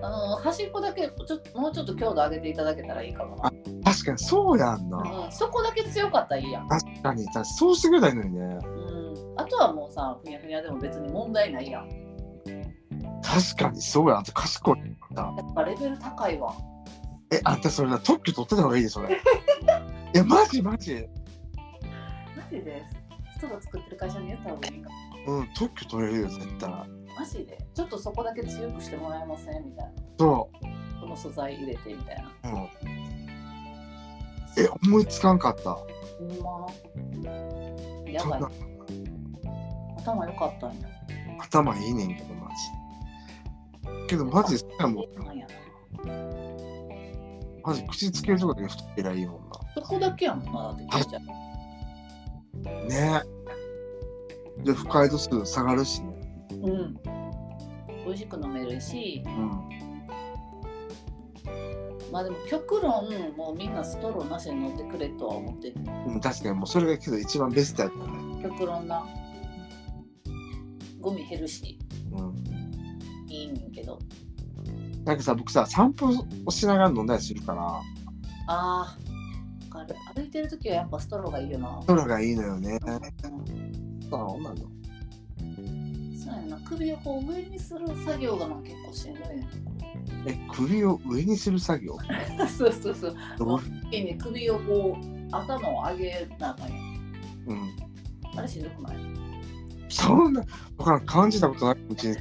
あの端っこだけちょっともうちょっと強度上げていただけたらいいかもな、
確かにそうやんな
うん、そこだけ強かったらいいやん、
確かに確かにそうしてくれたらいいのにね
うん、あとはもうさふにゃふにゃでも別に問題ないやん
確かにそうやんあんた賢い
やっぱレベル高いわ
えあんたそれな特許取ってた方がいいでそれえマジマジ
マジで人が作ってる会社に言った方がいいか
うん特許取れるよ絶対
マジでちょっとそこだけ強くしてもらえませんみたい
そ
なこの素材入れてみたいな
う、うん、え、思いつかんかった。
ほんま。やばい。頭良かったんや。
頭いいねんけど、マジ。けど、マジ、もう
なんやな
マジ、口つけるとこだけ太ってりゃいいもん
そこだけやもんな、だって聞いちゃう。
な。ねで、不快度数下がるしね。
うん。美味しく飲めるし、
うん。
まあでも極論、もうみんなストローなしで飲んでくれとは思ってる。
うん、確かに、もうそれがけど一番ベストやったね。
極論な。ゴミ減るし、
うん。
いいねんけど。
なんかさ、僕さ、散歩をしながら飲んだりするから、
ああ、わかる歩いてるときはやっぱストローがいいよな。
ストローがいいのよね。そうなの。
そうやな首をこう上にする作業がまあ結構しんどいね
え、首を上にする作業
そうそうそう
どう
いいね首をこう頭を上げなあかんやん
うん。
あれしんどくない
そんな、僕は感じたことないうちに、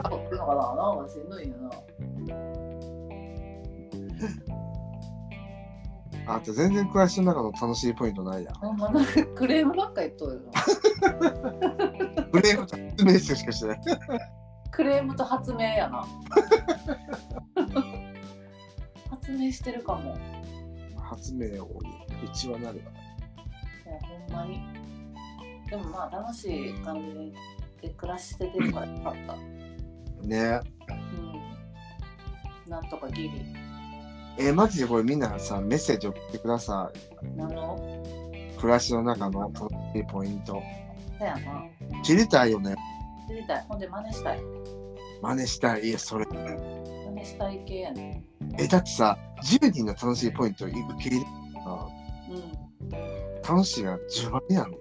あ来るのかななんかしんどいよな
あと全然暮らしの中の楽しいポイントないや。
ほんまなんかクレームばっか言っとるよな
ブレームと説明しかしてない。
クレームと発明やな 発明してるかも
発明王に一番なる
いやほんまにでもまあ楽しい感じで暮らしててるからよかった
ね
うんなんとかギリ
えマジでこれみんなさメッセージ送ってください
なの
暮らしの中の楽しいポイント
だやな
知りたいよね
知りたいほんで真似したい
真似したいいやそれ
真似したい系やね
えだってさ10人の楽しいポイントいく切りあ
う
楽しいが10万人やん
ん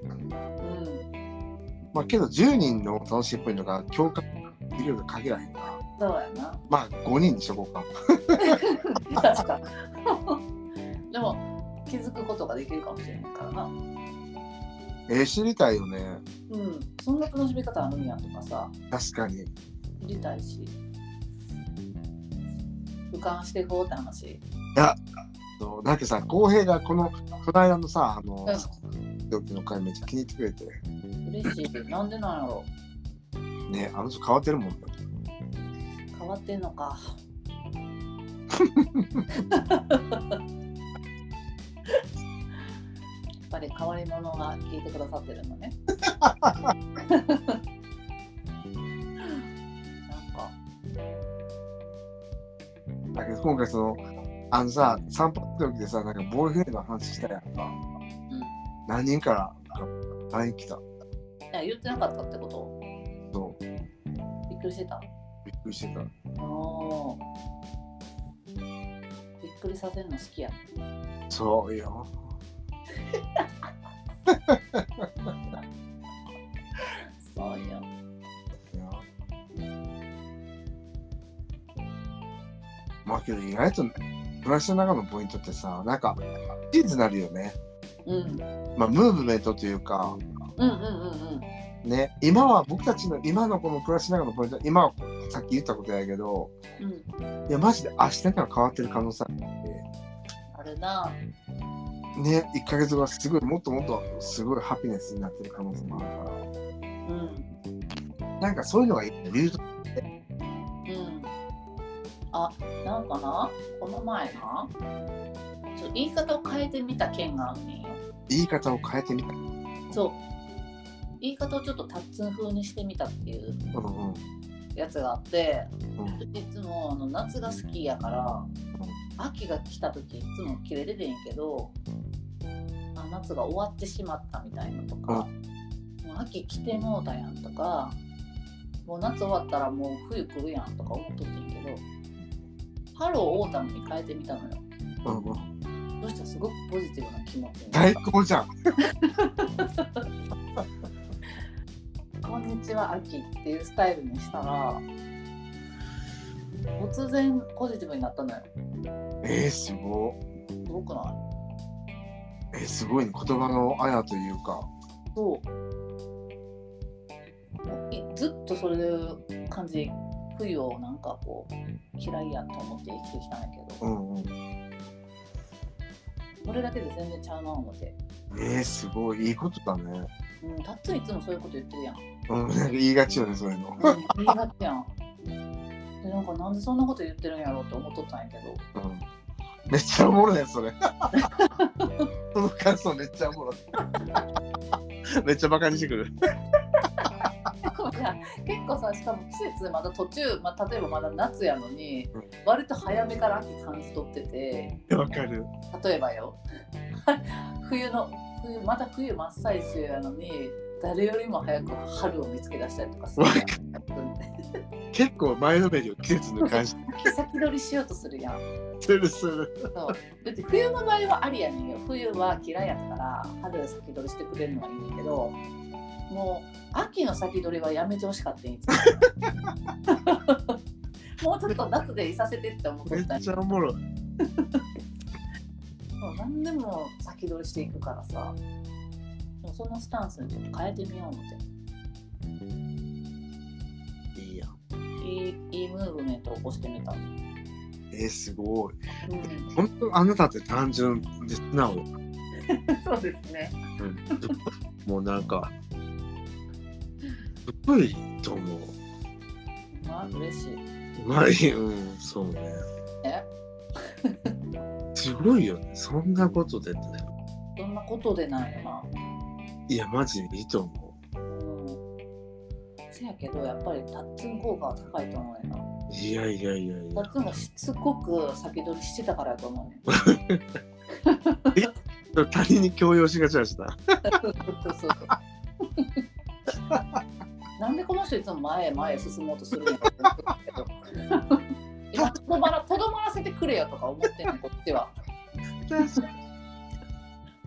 うん
まあけど10人の楽しいポイントが共感できると限らへんから
そうやな
まあ5人にしとこうか
確か でも気づくことができるかもしれないからな
えー知りたいよね
うんそんな楽しみ方あるんやとかさ
確かに
知りたいし俯瞰していこうって話
そうだけどさ浩平がこのこの間のさあの
う
時の回めっちゃ気に入ってくれて
ん嬉しいなんでなんやろ
ねあの人変わってるもんね
変わってんのかやっぱり変わり者が聞いてくださってるのねなんか
だけど今回そのあのさ散歩の時でさなんかボーイフレンドの話したやんか
うん
何人からなんか LINE 来た
いや言ってなかったってこと
そう
びっくりしてた
びっくりしてた
おびっくりさせるの好きや
そうよ
そうよ
いやまあけど意外とね暮らしの中のポイントってさなんかチーズなるよね
うん
まあムーブメントというか
うんうんうんうん
ね今は僕たちの今のこの暮らしの中のポイント今はさっき言ったことやけど
うん
いやマジで明日には変わってる可能性ある
あるな
ね、1ヶ月後はすごいもっともっとすごいハピネスになってる可能性もあるか
うん
らなんかそういうのがいいね理由と
うんあなんかなこの前なちょっと言い方を変えてみた件があんねんよ
言い方を変えてみたうん
そう言い方をちょっとタッツン風にしてみたっていう
うん
やつがあって
うん
いつもあの夏が好きやから秋が来た時いつもキレれてんやけどあ夏が終わってしまったみたいなとか、もう秋来てもうたやんとかもう夏終わったらもう冬来るやんとか思っとってんけど春をオータムに変えてみたのよ
うんうん
そしたらすごくポジティブな気持ちにな
最
っ
高じゃん
た「こんにちは秋」っていうスタイルにしたら突然ポジティブになったのよ
えー、すご
すごくない
いえー、すごいね言葉のあやというか
そういずっとそれで感じ増冬をなんかこう嫌いやと思って生きてきたんやけど、
うんうん。
これだけで全然ちゃうな思って、
えー、すごい、いいことだね。
うん、たっつんいつもそういうこと言ってるやん、
うん、なんか言いがちよね、そういうの。
うん、言いがちやんでなんかなんでそんなこと言ってるんやろうって思っとったんやけ ど
うん。めっちゃおもろいね、それ。 その感想めっちゃおもろい。めっちゃバカにしてくる。
いや結構さしかも季節まだ途中、まあ、例えばまだ夏やのに
うん
割と早めから秋感じ取ってて
わかる。
例えばよ 冬の冬まだ冬真っ最中やのに誰よりも早く春を見つけ出したりとかするやん
わ結構前のめりを季節の感じ
先取りしようとするやん
するする。
そう別に冬の場合はありやねんよ冬は嫌いやったから春先取りしてくれるのはいいんだけどもう秋の先取りはや めてほしかったんいつももうちょっと夏でいさせてって思っと
め
ったん
っ
や
ちゃおもろい。
そう何でも先取りしていくからさもうそのスタンスにちょっと変えてみよう思って
いいやん。
いいいいムーブメントを起こしてみた、うん、
えー、すごい。本当あなたって単純で素直。
そうですね
うん、もうなんか、すごいと思う。
まあ嬉しいう
まい。 うん、そうね。
え
すごいよね。そんなことでってね。
そんなことでないよない
や、マジでいいと思
うんせやけどやっぱりタッツン効果は高いと思うよ
う。いやいやいやい
な
や
タッ。ツンがしつこく先取りしてたからやと思うね
他人に強要しがちだしな。
そうそうそうなんでこの人いつも前へ前へ進もうとするんやろって思ってる けど今とどまらとどまらせてくれよとか思ってんのこっちは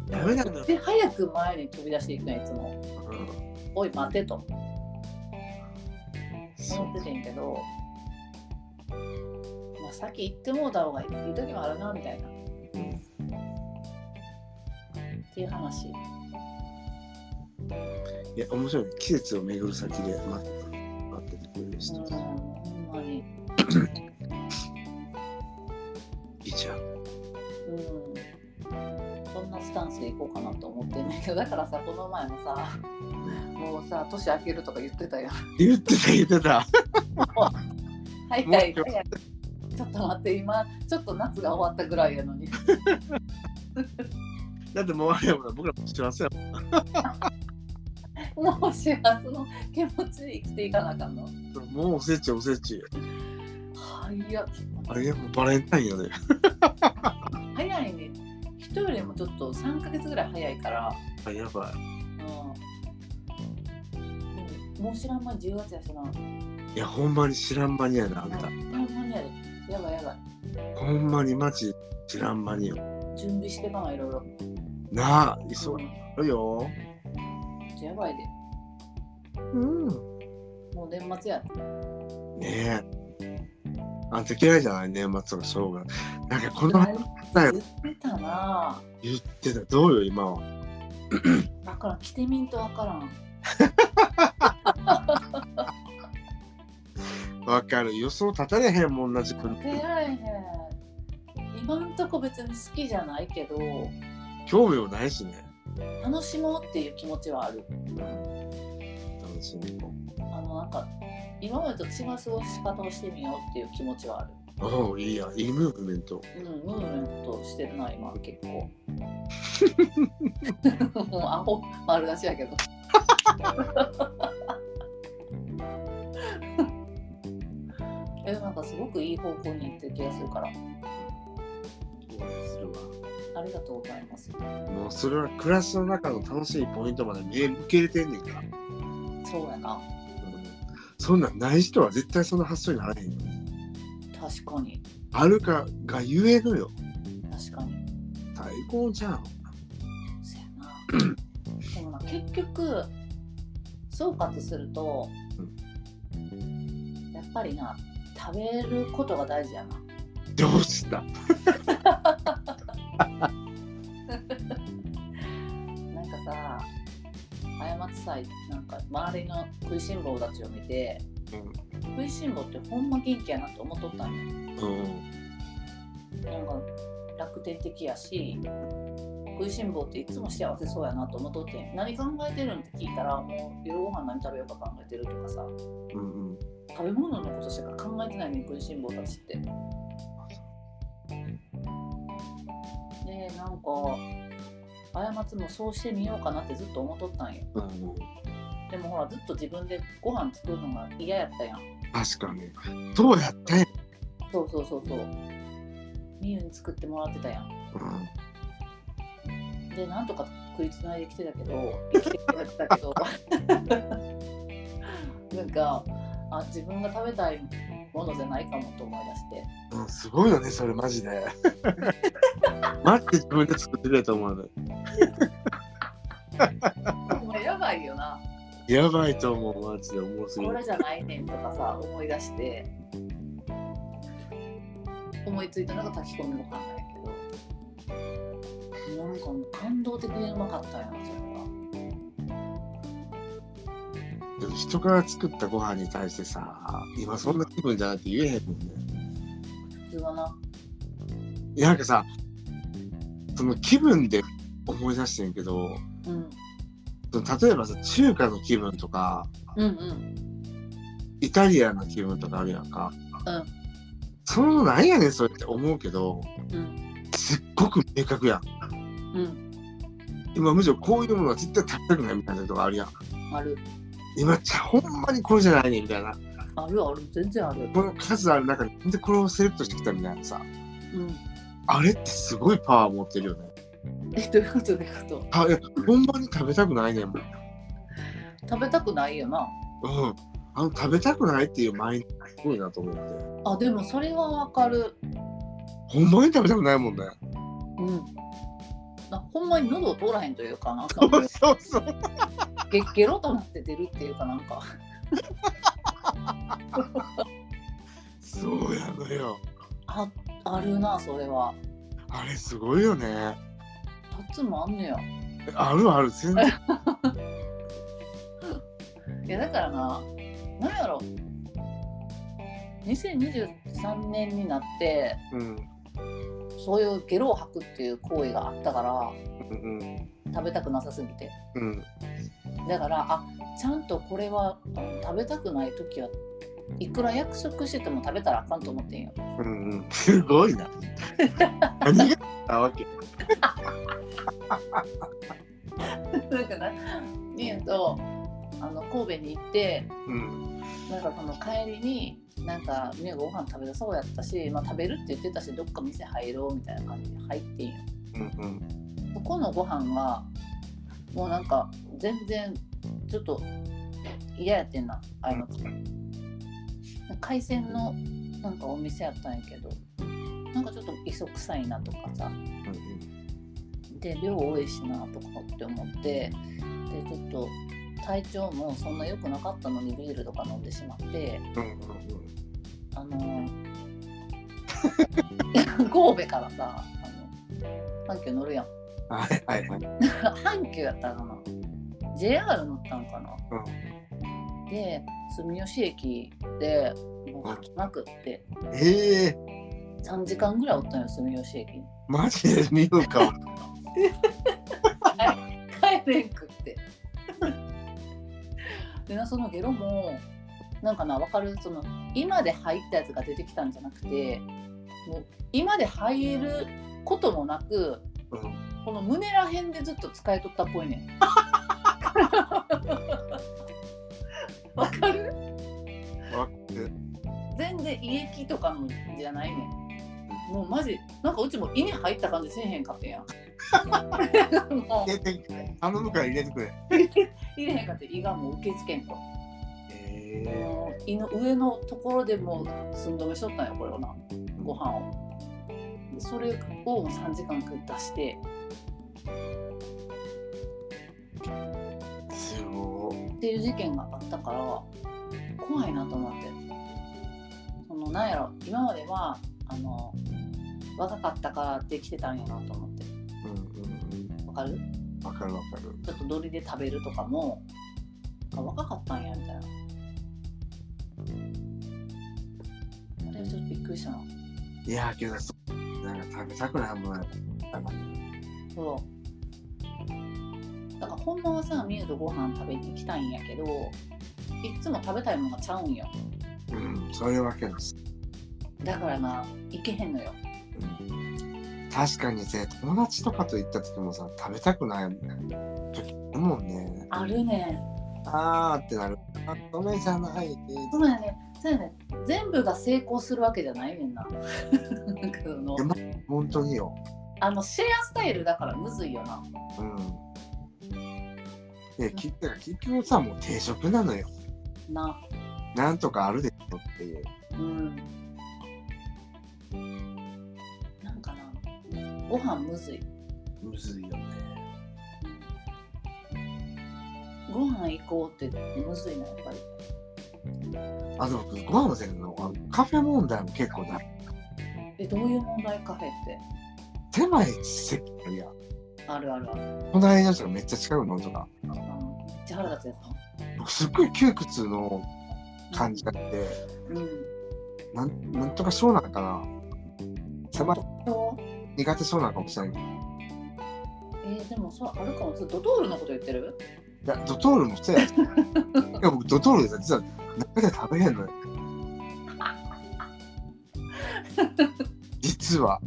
ダメなんだよ。
で早く前に飛び出していくのいつも
うん
おい待てと
そ
思っててんけど、まあ、先行ってもうた方がいい時もあるなみたいな
う。うん
っていう話
いや、面白いね。季節を巡る先で待って待っててくれる人。
うんほんまに
いいじゃん。
うん、そんなスタンスでいこうかなと思ってんだけどだからさこの前もさもうさ年明けるとか言ってたよ
言ってた言ってた。
はいはいはいはいちょっと待って今ちょっと夏が終わったぐらいやのに
だってもうあれやもんな僕らも幸せやもん。
もう幸せの気持ちで生きていかなあかんの
もうおせちおせち。
はいや
あれもうバレンタインやね。
早いね人よりもちょっと3ヶ月ぐらい早いから
あやば
うんもう知らん間に10月やしな。
い。いや、ほんまに知らん間にやな、あんた。
ほんまにやで。やばいやばい。
ほんまにマジ知らん間によ。
準備してかないろいろ。
なあ、急
う
ぐよ。
ん。やばいで。
うん。
もう年末や。
ねえ。あんた嫌いじゃない年末が正月。なんかこの話だよ
言ってたな。
言ってた。どうよ、今は。
だからん着てみんとわからん。
わかる。予想立たれへんもんな、自分。
出会えへん。今んとこ別に好きじゃないけど、
興味もないしね。
楽しもうっていう気持ちはある。
楽しみも。
あのなんか今までと違う過ごし方をしてみようっていう気持ちはある。
おお、いいや。いいムーブメント。
うん、ムーブメントしてるな、今、結構。 もうアホ丸出しやけど。 え、なんかすごくいい方向に行ってる気がするから、
応援するわ。
ありがとうございます。
もうそれは暮らしの中の楽しいポイントまで目向けれてんねんから。
そうやな、
そんなんない人は絶対その発想にならへんよ。
確かに、
あるかがゆえのよ。
確かに。
最高じゃん。
そうやな。でもな、結局、総括すると、やっぱりな、食べることが大事やな。
どうした
なんかさ過ちさいなんか周りの食いしん坊たちを見て、食いしん坊ってほんま元気やなって思っとったん
うん
やなんか楽天的やし食いしん坊っていつも幸せそうやなと思っとって何考えてるんって聞いたらもう夜ご飯何食べようか考えてるとかさ
うんうん
食べ物のことしか考えてないね食いしん坊たちって。でなんか過ちもそうしてみようかなってずっと思っとったんよ
うん
でもほらずっと自分でご飯作るのが嫌やったやん
確かにそうやったんや
そうそうそうそうみゆに作ってもらってたやんでなんとか食いつないできてたけど生きてきてたけど なんかあ自分が食べたいものじゃないかもと思い出して
うん、うん、すごいよねそれマジ でマジで自分で作ってくれたと思うの
お前やばいよな
やばいと思うマジで面
こ
白
れ
い
じゃないねんとかさ思い出して思いついたのが炊き込みご飯なんやけどなんかもう感動的にうまかったんやなそれは
人から作ったご飯に対してさ今そんな気分じゃなくて言えへんもんね
普通はない
やなんかさその気分で思い出してんけど
うん
その例えばさ中華の気分とか
うんうん
イタリアンの気分とかあるやんか、そのなんやねんそれって思うけど
うん
すっごく明確やん
うん
今むしろこういうものは絶対食べたくないみたいなとこあるやん
ある
今ちゃほんまにこれじゃないねんみたいな
あるある全然ある
この数ある中でなんでこれをセレクトしてきたみたいなさ
うん
あれってすごいパワー持ってるよね
えどういうことどういうこと
あいやほんまに食べたくないねんもん
食べたくないよな
うんあの食べたくないっていうマインドがすごいなと思って
あでもそれはわかる
ほんまに食べたくないもんね
うんなほんまに喉を通らへんというかなんか
そうそうそう
ゲゲロとなって出るっていうかなんか
そうやのよ
ああるなそれは
あれすごいよね
2つもあんのよ
あるある全然
いやだからな何やろ2023年になって
うん
そういうゲロを吐くっていう行為があったから
うん
食べたくなさすぎて
うん
だからあちゃんとこれはあの食べたくない時はいくら約束してても食べたらあかんと思ってんよ
うんうんすごいな。何があったわけ。
だからみゆとあの神戸に行って
うん。
なんかその帰りになんかみゆがご飯食べたそうやったし、まあ、食べるって言ってたしどっか店入ろうみたいな感じで入ってんよ
うん
そこのご飯がもうなんか全然ちょっと嫌やってんなあいの海鮮のなんかお店やったんやけどなんかちょっと磯臭いなとかさ
うん。
で量多いしなとかって思ってでちょっと体調もそんな良くなかったのにビールとか飲んでしまって
うん。
あの ー神戸からさあの阪急乗るやん
はいはいはい。
阪急やったかな JR 乗ったんかな、で住吉駅でもう書きまくって
ええ
3時間ぐらいおったんよ住吉駅に
マジで見ようか。
帰れんくってでなそのゲロもなんかな分かるその今で入ったやつが出てきたんじゃなくてもう今で入ることもなく
うん。
この胸らへんでずっと使いとったっぽいねん。わかる
わかる
全然胃液とかのじゃないねん。もうマジなんかうちも胃に入った感じせえへんかってんや ん。もう
入れて頼むから入れてくれ。
入れへんかって胃がもう受け付けんと。
ええ
もう胃の上のところでもう寸止めしとったんよこれをなご飯を。でそれを3時間く出して
すごい。
っていう事件があったから怖いなと思ってそのなんやろ今まではあの若かったからできてたんやなと思って
うんうん
わかる
うん。わかるわかる。
ちょっとノリで食べるとかもあ若かったんやみたいなっくりしたの
いやーけどそなんか食べたくないもんや
そうだからほんまはさみゆとご飯食べに行きたいんやけどいっつも食べたいものがちゃうんよ
うんそういうわけです、
だからな行けへんのよ
うん、確かにね友達とかと行った時もさ食べたくない時あるもんね
あるね
あーってなるあごめんじゃないって
そうやねそうやね全部が成功するわけじゃないねんな なんかその
本当によ
あのシェアスタイルだからむずいよな
うんねきだから結局さもう定食なのよ
な
なんとかあるでしょっていう
うんなんかなご飯むずい
むずいよね
ご飯行こうってむずいなやっぱり
あでもご飯もせんのあのカフェ問題も結構だ
えどういう問題カフェって
狭い席あるやん
あるあるある
隣の人がめっちゃ近いのとか
あのめっちゃ腹立つや
僕すっごい窮屈の
つ
感じがあって
うん
なんなんとかそうなのかな狭い
そう
苦手そうなのかもしれないけど
えーでもそうあるかもそれドトールのこと言ってる
いやドトールもそうやい や僕ドトールでさ実は中で食べへんの よ実は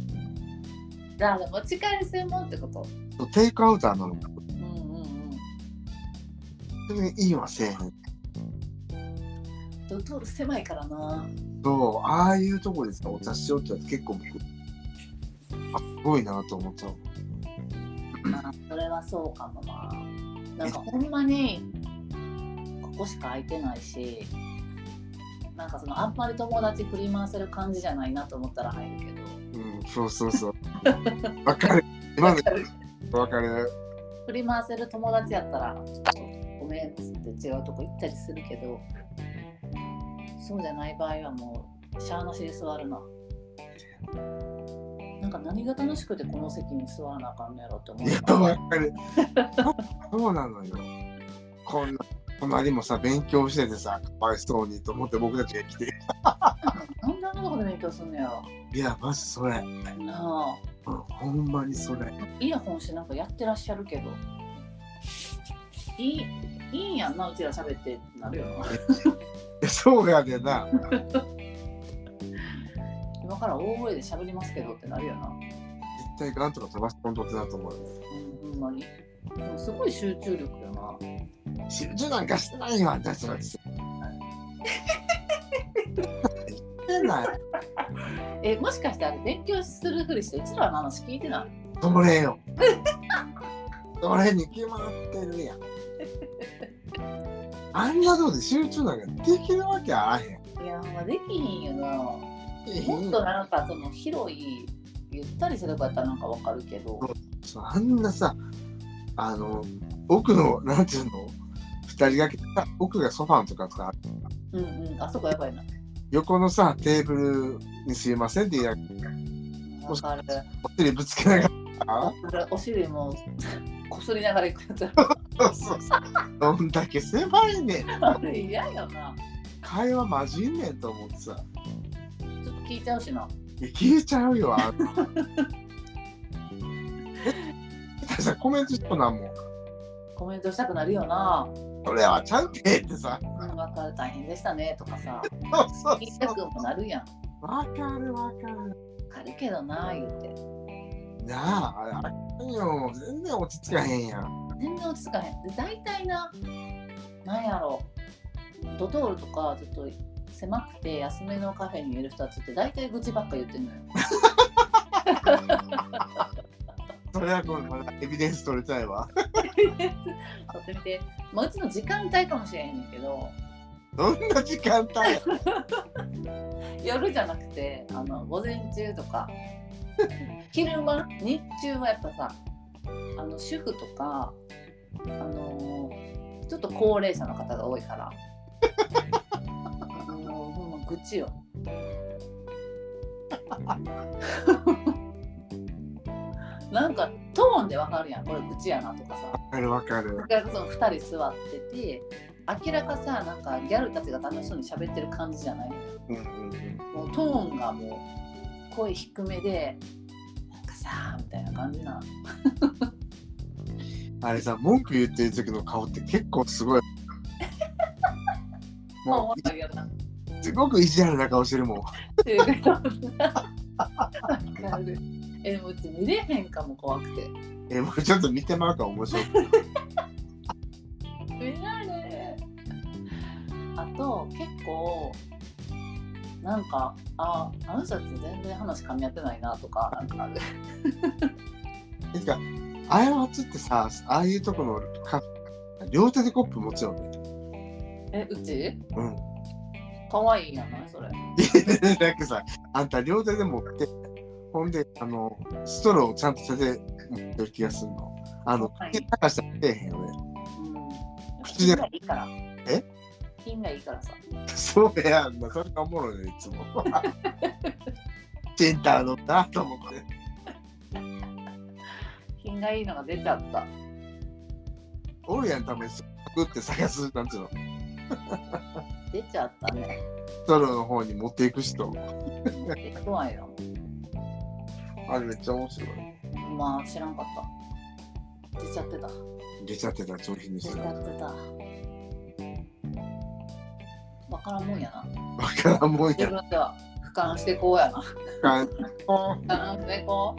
だから持ち帰り専門ってこと
テイクアウターなの
うんうんうん
それにいいはせえへん
ドトール狭いからな
そうああいうとこでさお茶しようってやつ結構僕あすごいなと思っちゃう
まあそれはそうかもななんかほんまにここしか空いてないしなんかそのあんまり友達振り回せる感じじゃないなと思ったら入るけど
うんそうそう そうわかる今のわかる
振り回せる友達やったらちょっとごめんっつって違うとこ行ったりするけどそうじゃない場合はもうしゃあなしで座るななんか何が楽しくてこの席に座らなあかんのやろって思
いや、
う
わかる。そうなのよ。こんな隣もさ、勉強しててさ、かわいそうにと思って僕たちが来て。
なんであんなとこで勉強すんのやろ
いや、マジそれ。
なあ
うんほんまにそれ。
イヤホンしてなんかやってらっしゃるけどいいいいんやんなうちら喋ってってなるよな
そうやで な。
今から大声で喋りますけどってなるよな
絶対ガンとか飛ばし込んどってなと思うよ。
うんほんまにでもすごい集中力よ
集中なんかしてないよ、私たち。言ってない。
なえもしかしてあれ勉強するふりしてうちらの話聞いてない
それよ。それに決まってるやん。あんなとこで集中なんかできるわけあらへん。
いやほんまできひんよなもっとなんかその広いゆったりしてるとこやったらなんかわかるけど
そうあんなさあの奥のなんていうの二人掛けさ奥がソファーとかさ
うんうんあそこやばいな
横のさテーブルにすいませんって言いながら
わかる
お尻ぶつけながら
お尻 もこすりながら行くやつや
そうそうそうどんだけ狭いねん
ろあれ嫌よな
会話まじんねんと思ってさ
ちょっと聞いちゃうしな。
いや消えちゃうよあんな えさコメントしとなんもん
コメントしたくなるよな。
それはちゃうてってさ
うん、わかる、大変でしたねとかさ。
そうそう
言いた
そ
くもなるやん。
うわかるわかる
わかるけどな、言うて。
なああれあかんよ全然落ち着かへんやん
全然落ち着かへん。で、大体な、なんやろドトールとか、ちょっと狭くて安めのカフェにいる人たちって、大体愚痴ばっか言ってんのよ。
それはこれまだエビデンス取れたいわ。
とってみて、まあ、うちの時間帯かもしれへんねんけど、
どんな時間帯や。
夜じゃなくて、あの午前中とか、昼間、日中はやっぱさ、あの主婦とか、あのーちょっと高齢者の方が多いから、あのーほんま愚痴よ。なんかトーンでわかるやんこれ愚痴やなとかさ
わかるわかる
だ。からその2人座ってて明らかさなんかギャルたちが楽しそうに喋ってる感じじゃないのよ
うんうんうん
もうトーンがもう声低めでなんかさみたいな感じな
あれさ文句言ってる時の顔って結構す ごいも
もう分かるな
うすごく意地悪な顔してるもん
っていうか分かるえでもうち見れへんかも怖くて
えもうちょっと見てまうから面白い
見られあと結構なんかああの人たち全然話噛み合ってないなとかなんかある
てかあやまつってさああいうとこのカ両手でコップ持ちよね
えうち
うん
かわいいやないそれ
なんかさ、あんた両手で持って、ほんで、あの、ストローをちゃんと手で持ってる気がするの。あの、
はい
口高したら出えへんよね。
うん
口で
品がいいから
え
品がいいからさ
そうやんな、それがおもろいね、いつも。センターのなと思って。
品がいいのが出ちゃった
おるやん、ために、グって探す、なんていうの、
出ちゃったね
ストローの方に持っていく人。
え怖いよ
あれめっちゃ面白い。
まあ知らんかった出ちゃってた
出ちゃってた、上品に
出
し
ち
た
ゃ
ら。
ってたわからんもんやな
わからんもん
自
や。
分では俯瞰してこうやな俯瞰してこう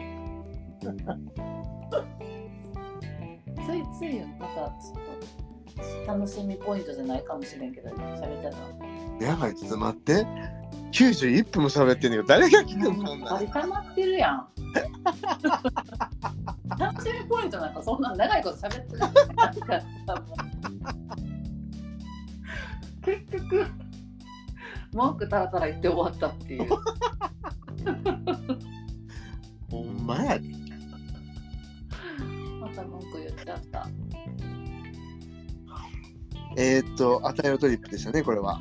ついついまたちょっと楽しみポイントじゃないかもしれんけど喋ってた
やばい、ちょっと待って。91分も喋ってんねんけど、誰が聞くんこんな
バ
ん
リ溜まってるや ん。楽しみポイントなんかそんな長いこと喋ってないなんかさもう結局文句たらたら言って終わったっていう。
ほんまやで。
また文句言っちゃった。
えー、っと、アタイのドリップでしたね、これは。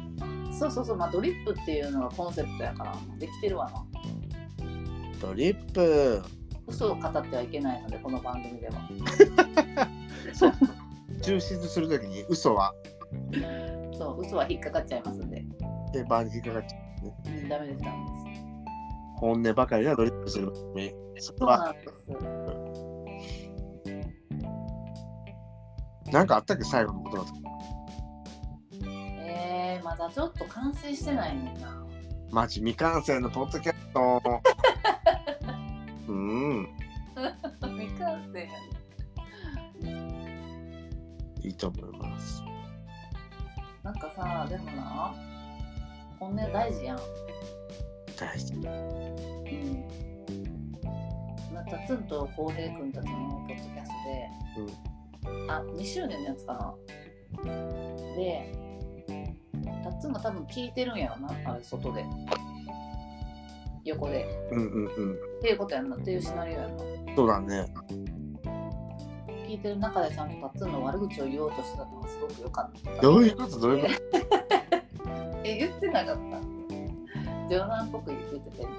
そうそうそう、まあドリップっていうのがコンセプトやからできてるわな。
ドリップ。
嘘を語ってはいけないのでこの番組では。
そう。抽出するときに嘘は
そう嘘は引っかかっちゃいますんで。
ペーパーに引っかかっちゃう。
うんダメですダメです。
本音ばかりはドリップする。それ
そう
は
なんです。
なんかあったっけ最後のことだと。
えー、まだちょっと完成してないねんな。
マジ未完成のポッドキャスト。うーん、
未完成やね。
いいと思います。
なんかさ、でもな、本音大事やん。
大事。
うん。またつんと浩平君たちのポッドキャストで、あ、2周年のやつかな。で、たっつんが多分聞いてるんやろな、あれ、外で。横で。
うんうんうん。
っていうことやんな、っていうシナリオやんな。
そうだね。
聞いてる中でちゃんとたっつんの悪口を言おうとしてたのがすごく良かった。
どういうことどういうこ
え言ってなかった冗談っぽく言ってたけど、
う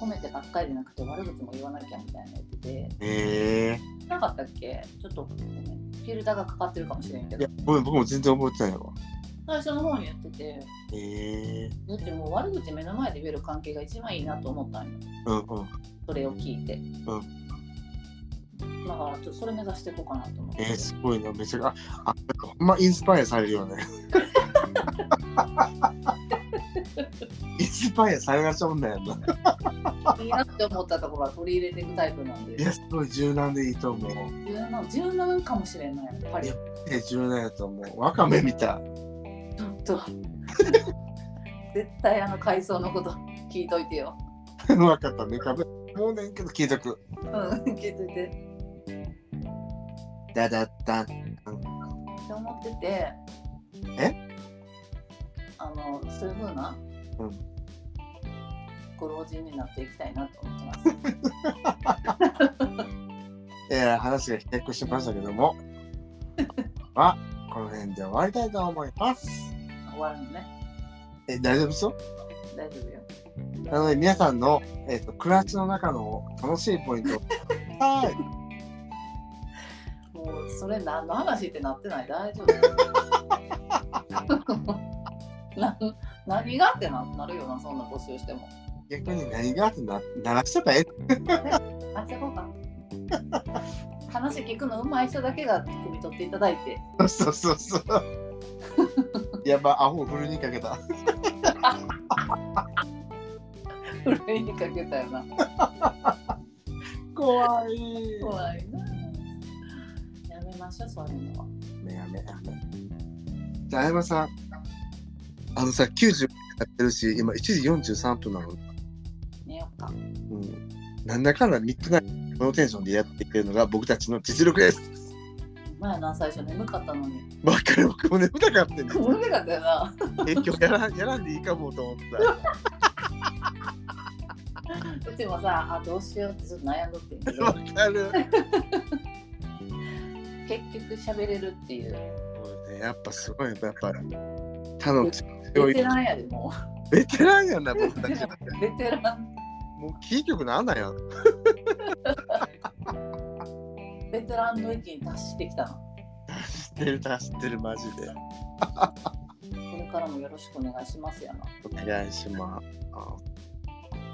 褒めてばっかりじゃなくて悪口も言わなきゃみたいな言ってて
とえ
なかったっけちょっとごめんフィルターがかかってるかもしれんけ
ー。い
ど
や、ごめん、僕も全然覚えてないわ。
最初の方に言ってて
えー。
だってもう悪口目の前で言える関係が一番いいなと思ったんよ
うんうん。
それを聞いて、だからちょっとそれ目指していこうかなと思って、
えー、すごいな。めちゃくちゃ。あ、なんかほんまインスパイアされるよね。インスパイアされがちもんだよな。
いいなって思ったところは取り入れていくタイプなんで
いや、すごい柔軟でいいと思う。
柔軟柔軟かもしれんないやっぱり
いやえ柔軟やと思う。わかめみたい。
ちょっと 絶対あの海藻のこと聞いといてよ。
わかった、メカブ。もうねんけど聞いとく。
うん、 聞いといて。っ
だだだ。
て思ってて。
え
あの、そういうふうな、
うん
ご老人になっていきたいなと思ってます。
えー、話が結構しましたけども。は、この辺で終わりたいと思います。
終わるのね。
え、大丈夫そう
大丈夫よ。
なので、皆さんの、えー、と暮らしの中の楽しいポイントを。はい。
もうそれ何の話ってなってない大 丈夫な何がってななるよなそんな募集しても
逆に何があってな鳴らしとかええ
あそうか話聞くのうまい人だけが汲み取っていただいて
そうそうそう。やば、アホを振るにかけた。
ふるいにかけたよな
怖い
怖いなやめましょうそういうのは
やめやめ。じゃあ、相葉さん。あのさ、90やってるし、今1時43分なの。
寝ようか
うん。なんだかんだミッドナイトこのテンションでやっていけるのが僕たちの実力です。
前な最初眠かったのに
ばっかり僕も眠たかったね。
眠かったよな
え、今日やらんやらんでいいかもと思って
うちもさあどうしようってずっと悩んどってんけ
た。
ど
わかる。
結局喋れるっていう
もうねやっぱすごい、やっぱ。他の強
ベ
い
テ。ランやでも
ベテランやな、僕たち。
うベテラン
もうキー局なんなんや。
ベテランの域に達してきたの
知ってる知ってるマジで
これからもよろしくお願いしますやな
お願いします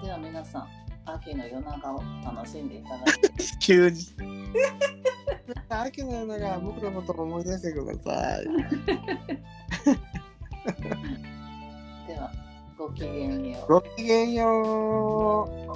では皆さん秋の夜長を楽しんでいただいて
急 に秋の夜長僕のことを思い出してください
ではごきげんよう
ごきげんよう